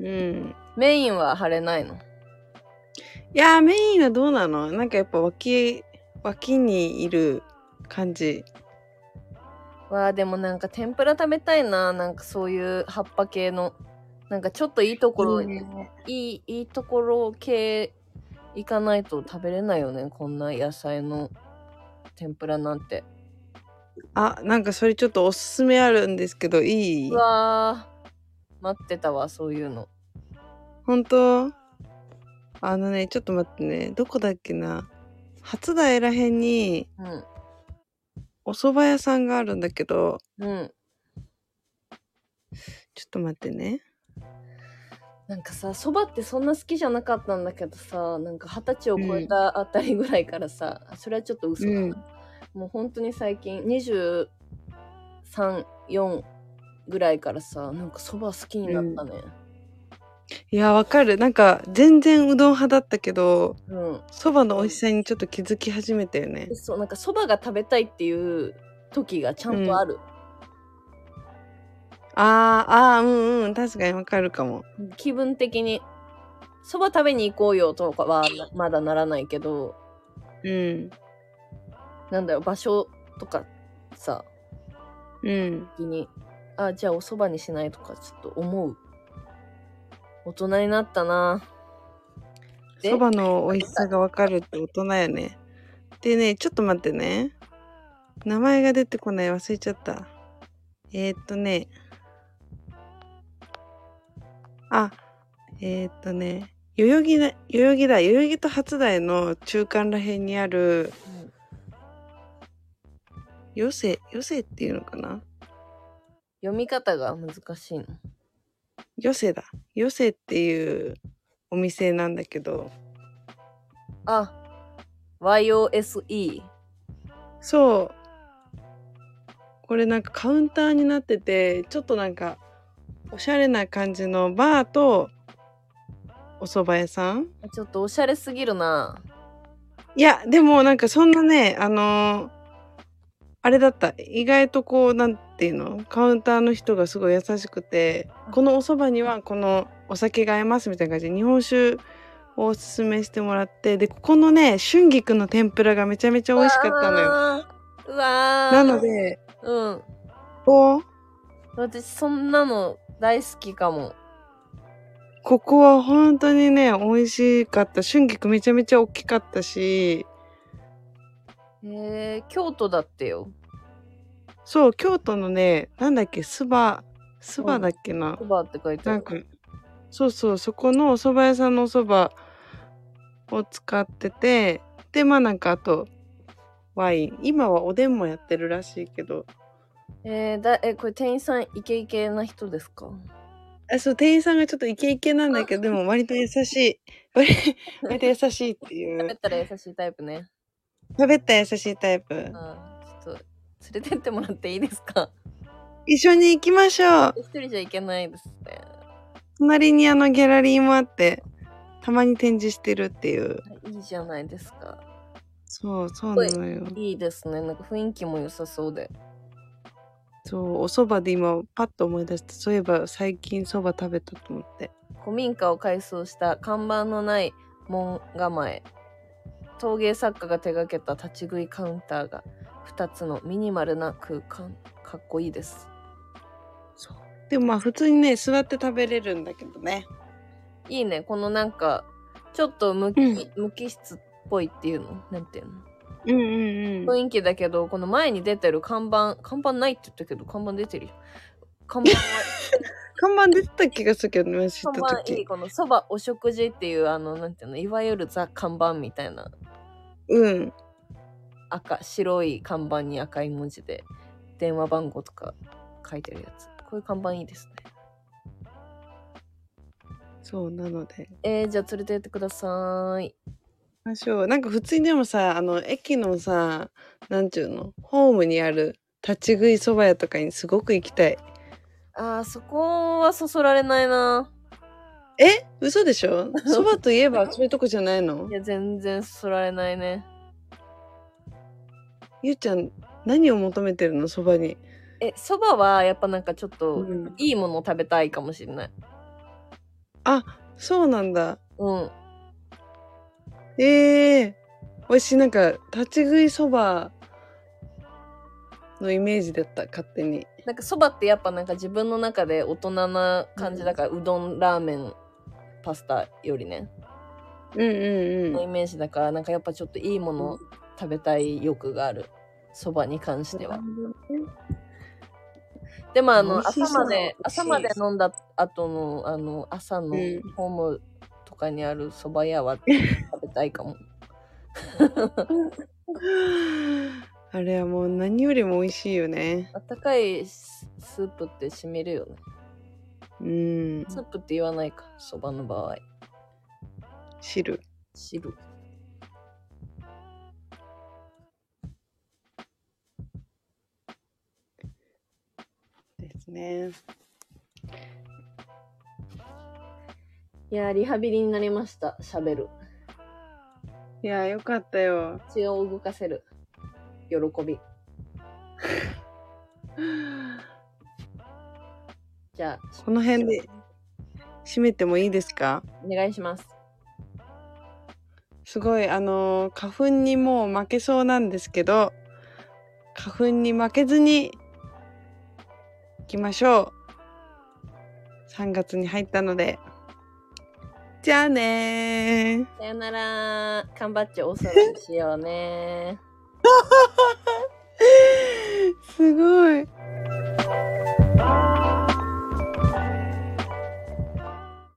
[SPEAKER 1] うん
[SPEAKER 2] メインは貼れないの
[SPEAKER 1] いやーメインはどうなのなんかやっぱ脇脇にいる感じ
[SPEAKER 2] わあでもなんか天ぷら食べたいななんかそういう葉っぱ系のなんかちょっといいところいい,、いいところ系行かないと食べれないよねこんな野菜の天ぷらなんて
[SPEAKER 1] あなんかそれちょっとおすすめあるんですけどいいう
[SPEAKER 2] わー待ってたわそういうの
[SPEAKER 1] 本当あのねちょっと待ってねどこだっけな初台らへんに
[SPEAKER 2] うん
[SPEAKER 1] お蕎麦屋さんがあるんだけど
[SPEAKER 2] うん
[SPEAKER 1] ちょっと待ってね
[SPEAKER 2] なんかさそばってそんな好きじゃなかったんだけどさなんか二十歳を超えたあたりぐらいからさ、それはちょっと嘘だな、
[SPEAKER 1] うん
[SPEAKER 2] もう本当に最近234ぐらいからさなんかそば好きになったね
[SPEAKER 1] いやわかるなんか全然うどん派だったけど
[SPEAKER 2] うん、
[SPEAKER 1] 蕎麦の美味しさにちょっと気づき始めたよね
[SPEAKER 2] そうなんかそばが食べたいっていう時がちゃんとある、
[SPEAKER 1] あーあーうんうん確かにわかるかも
[SPEAKER 2] 気分的にそば食べに行こうよとかはなまだならないけど
[SPEAKER 1] うん
[SPEAKER 2] なんだろう場所とかさ
[SPEAKER 1] うん
[SPEAKER 2] 時にあじゃあおそばにしないとかちょっと思う大人になったなで
[SPEAKER 1] 蕎麦の美味しさがわかるって大人やねでねちょっと待ってね名前が出てこない忘れちゃったえー、っとねあえー、っとね代々木だ代々木だ代々木と初台の中間らへんにある寄せ寄せっていうのかな
[SPEAKER 2] 読み方が難しいの
[SPEAKER 1] 寄せだ寄せっていうお店なんだけど
[SPEAKER 2] あ YOSE
[SPEAKER 1] そうこれなんかカウンターになっててちょっとなんかおしゃれな感じのバーとお蕎麦屋さん
[SPEAKER 2] ちょっとおしゃれすぎるない
[SPEAKER 1] やでもなんかそんなねあのーあれだった意外とこうなんていうのカウンターの人がすごい優しくてこのお蕎麦にはこのお酒が合いますみたいな感じで日本酒をおすすめしてもらってでここのね春菊の天ぷらがめちゃめちゃ美味しかったのよ
[SPEAKER 2] ようわ
[SPEAKER 1] な
[SPEAKER 2] ー
[SPEAKER 1] ので
[SPEAKER 2] うん
[SPEAKER 1] こう
[SPEAKER 2] 私そんなの大好きかも
[SPEAKER 1] ここは本当にね美味しかった春菊めちゃめちゃ大きかったし
[SPEAKER 2] えー、京都だってよ
[SPEAKER 1] そう京都のねなんだっけスバスバだっけな
[SPEAKER 2] そばって書いてあ
[SPEAKER 1] なん
[SPEAKER 2] る
[SPEAKER 1] かそうそうそこのお蕎麦屋さんのお蕎麦を使っててでまあなんかあとワイン今はおでんもやってるらしいけど
[SPEAKER 2] えー、だえこれ店員さんイケイケな人ですか
[SPEAKER 1] あそう店員さんがちょっとイケイケなんだけどでも割と優しい割割と優しいってい
[SPEAKER 2] 食べ
[SPEAKER 1] う
[SPEAKER 2] たら優しいタイプね
[SPEAKER 1] 食べた優しいタイプ
[SPEAKER 2] あーちょっと連れてってもらっていいですか
[SPEAKER 1] 一緒に行きましょう
[SPEAKER 2] 一人じゃいけないですね
[SPEAKER 1] 隣にあのギャラリーもあってたまに展示してるっていう
[SPEAKER 2] いいじゃないですか
[SPEAKER 1] そうそうなのよ
[SPEAKER 2] いいですねなんか雰囲気も良さそうで
[SPEAKER 1] そうお蕎麦で今パッと思い出してそういえば最近蕎麦食べたと思って
[SPEAKER 2] 古民家を改装した看板のない門構え陶芸作家が手掛けた立ち食いカウンターが2つのミニマルな空間かっこいいです
[SPEAKER 1] でもまあ普通にね座って食べれるんだけどね
[SPEAKER 2] いいねこのなんかちょっと無機,、無機質っぽいっていうのなんていう
[SPEAKER 1] うんうん
[SPEAKER 2] の雰囲気だけどこの前に出てる看板看板ないって言ったけど看板出てるよ看 板は
[SPEAKER 1] 看板出てた気がするけどね知っ
[SPEAKER 2] 看
[SPEAKER 1] た
[SPEAKER 2] 板いい
[SPEAKER 1] 時
[SPEAKER 2] このそばお食事っていうあのなんていうのいわゆるザ看板みたいな
[SPEAKER 1] うん
[SPEAKER 2] 赤白い看板に赤い文字で電話番号とか書いてるやつこういう看板いいですね
[SPEAKER 1] そうなので
[SPEAKER 2] えー、じゃあ連れてってください
[SPEAKER 1] ましょうなんか普通にでもさあの駅のさなんちゅうのホームにある立ち食いそば屋とかにすごく行きたい
[SPEAKER 2] あーそこはそそられないな
[SPEAKER 1] え嘘でしょそばといえばそういうとこじゃないの
[SPEAKER 2] いや全然そそられないね
[SPEAKER 1] ゆうちゃん何を求めてるのそばに、
[SPEAKER 2] えそばはやっぱなんかちょっと、
[SPEAKER 1] うん
[SPEAKER 2] いいものを食べたいかもしれない
[SPEAKER 1] そうなんだ
[SPEAKER 2] うん
[SPEAKER 1] ええ私なんか立ち食いそばのイメージだった勝手に
[SPEAKER 2] なんかそばってやっぱなんか自分の中で大人な感じだから、うどんラーメンパスタよりね
[SPEAKER 1] うんうん
[SPEAKER 2] のイメージだからなんかやっぱちょっといいものを食べたい欲があるそばに関してはでもあ
[SPEAKER 1] 美
[SPEAKER 2] の
[SPEAKER 1] 味し
[SPEAKER 2] 朝
[SPEAKER 1] そう
[SPEAKER 2] まで朝まで
[SPEAKER 1] 美味し
[SPEAKER 2] 飲んだ後のあの朝
[SPEAKER 1] う
[SPEAKER 2] の
[SPEAKER 1] ん
[SPEAKER 2] ホームとかにあるそば 屋は食べたいかも
[SPEAKER 1] あれはもう何よりも美味しいよね
[SPEAKER 2] あったかいススープって染みるよね
[SPEAKER 1] うん
[SPEAKER 2] スープって言わないかそばの場合
[SPEAKER 1] 汁
[SPEAKER 2] 汁
[SPEAKER 1] ですね
[SPEAKER 2] いやーリハビリになりましたしゃべる
[SPEAKER 1] いやよかったよ
[SPEAKER 2] 血を動かせる喜びじゃあ
[SPEAKER 1] この辺で締めてもいいですか
[SPEAKER 2] お願いします
[SPEAKER 1] すごいあのー花粉にもう負けそうなんですけど花粉に負けずに行きましょう3月に入ったのでじゃあねー
[SPEAKER 2] さよなら缶バッジおそろにしようね
[SPEAKER 1] すごい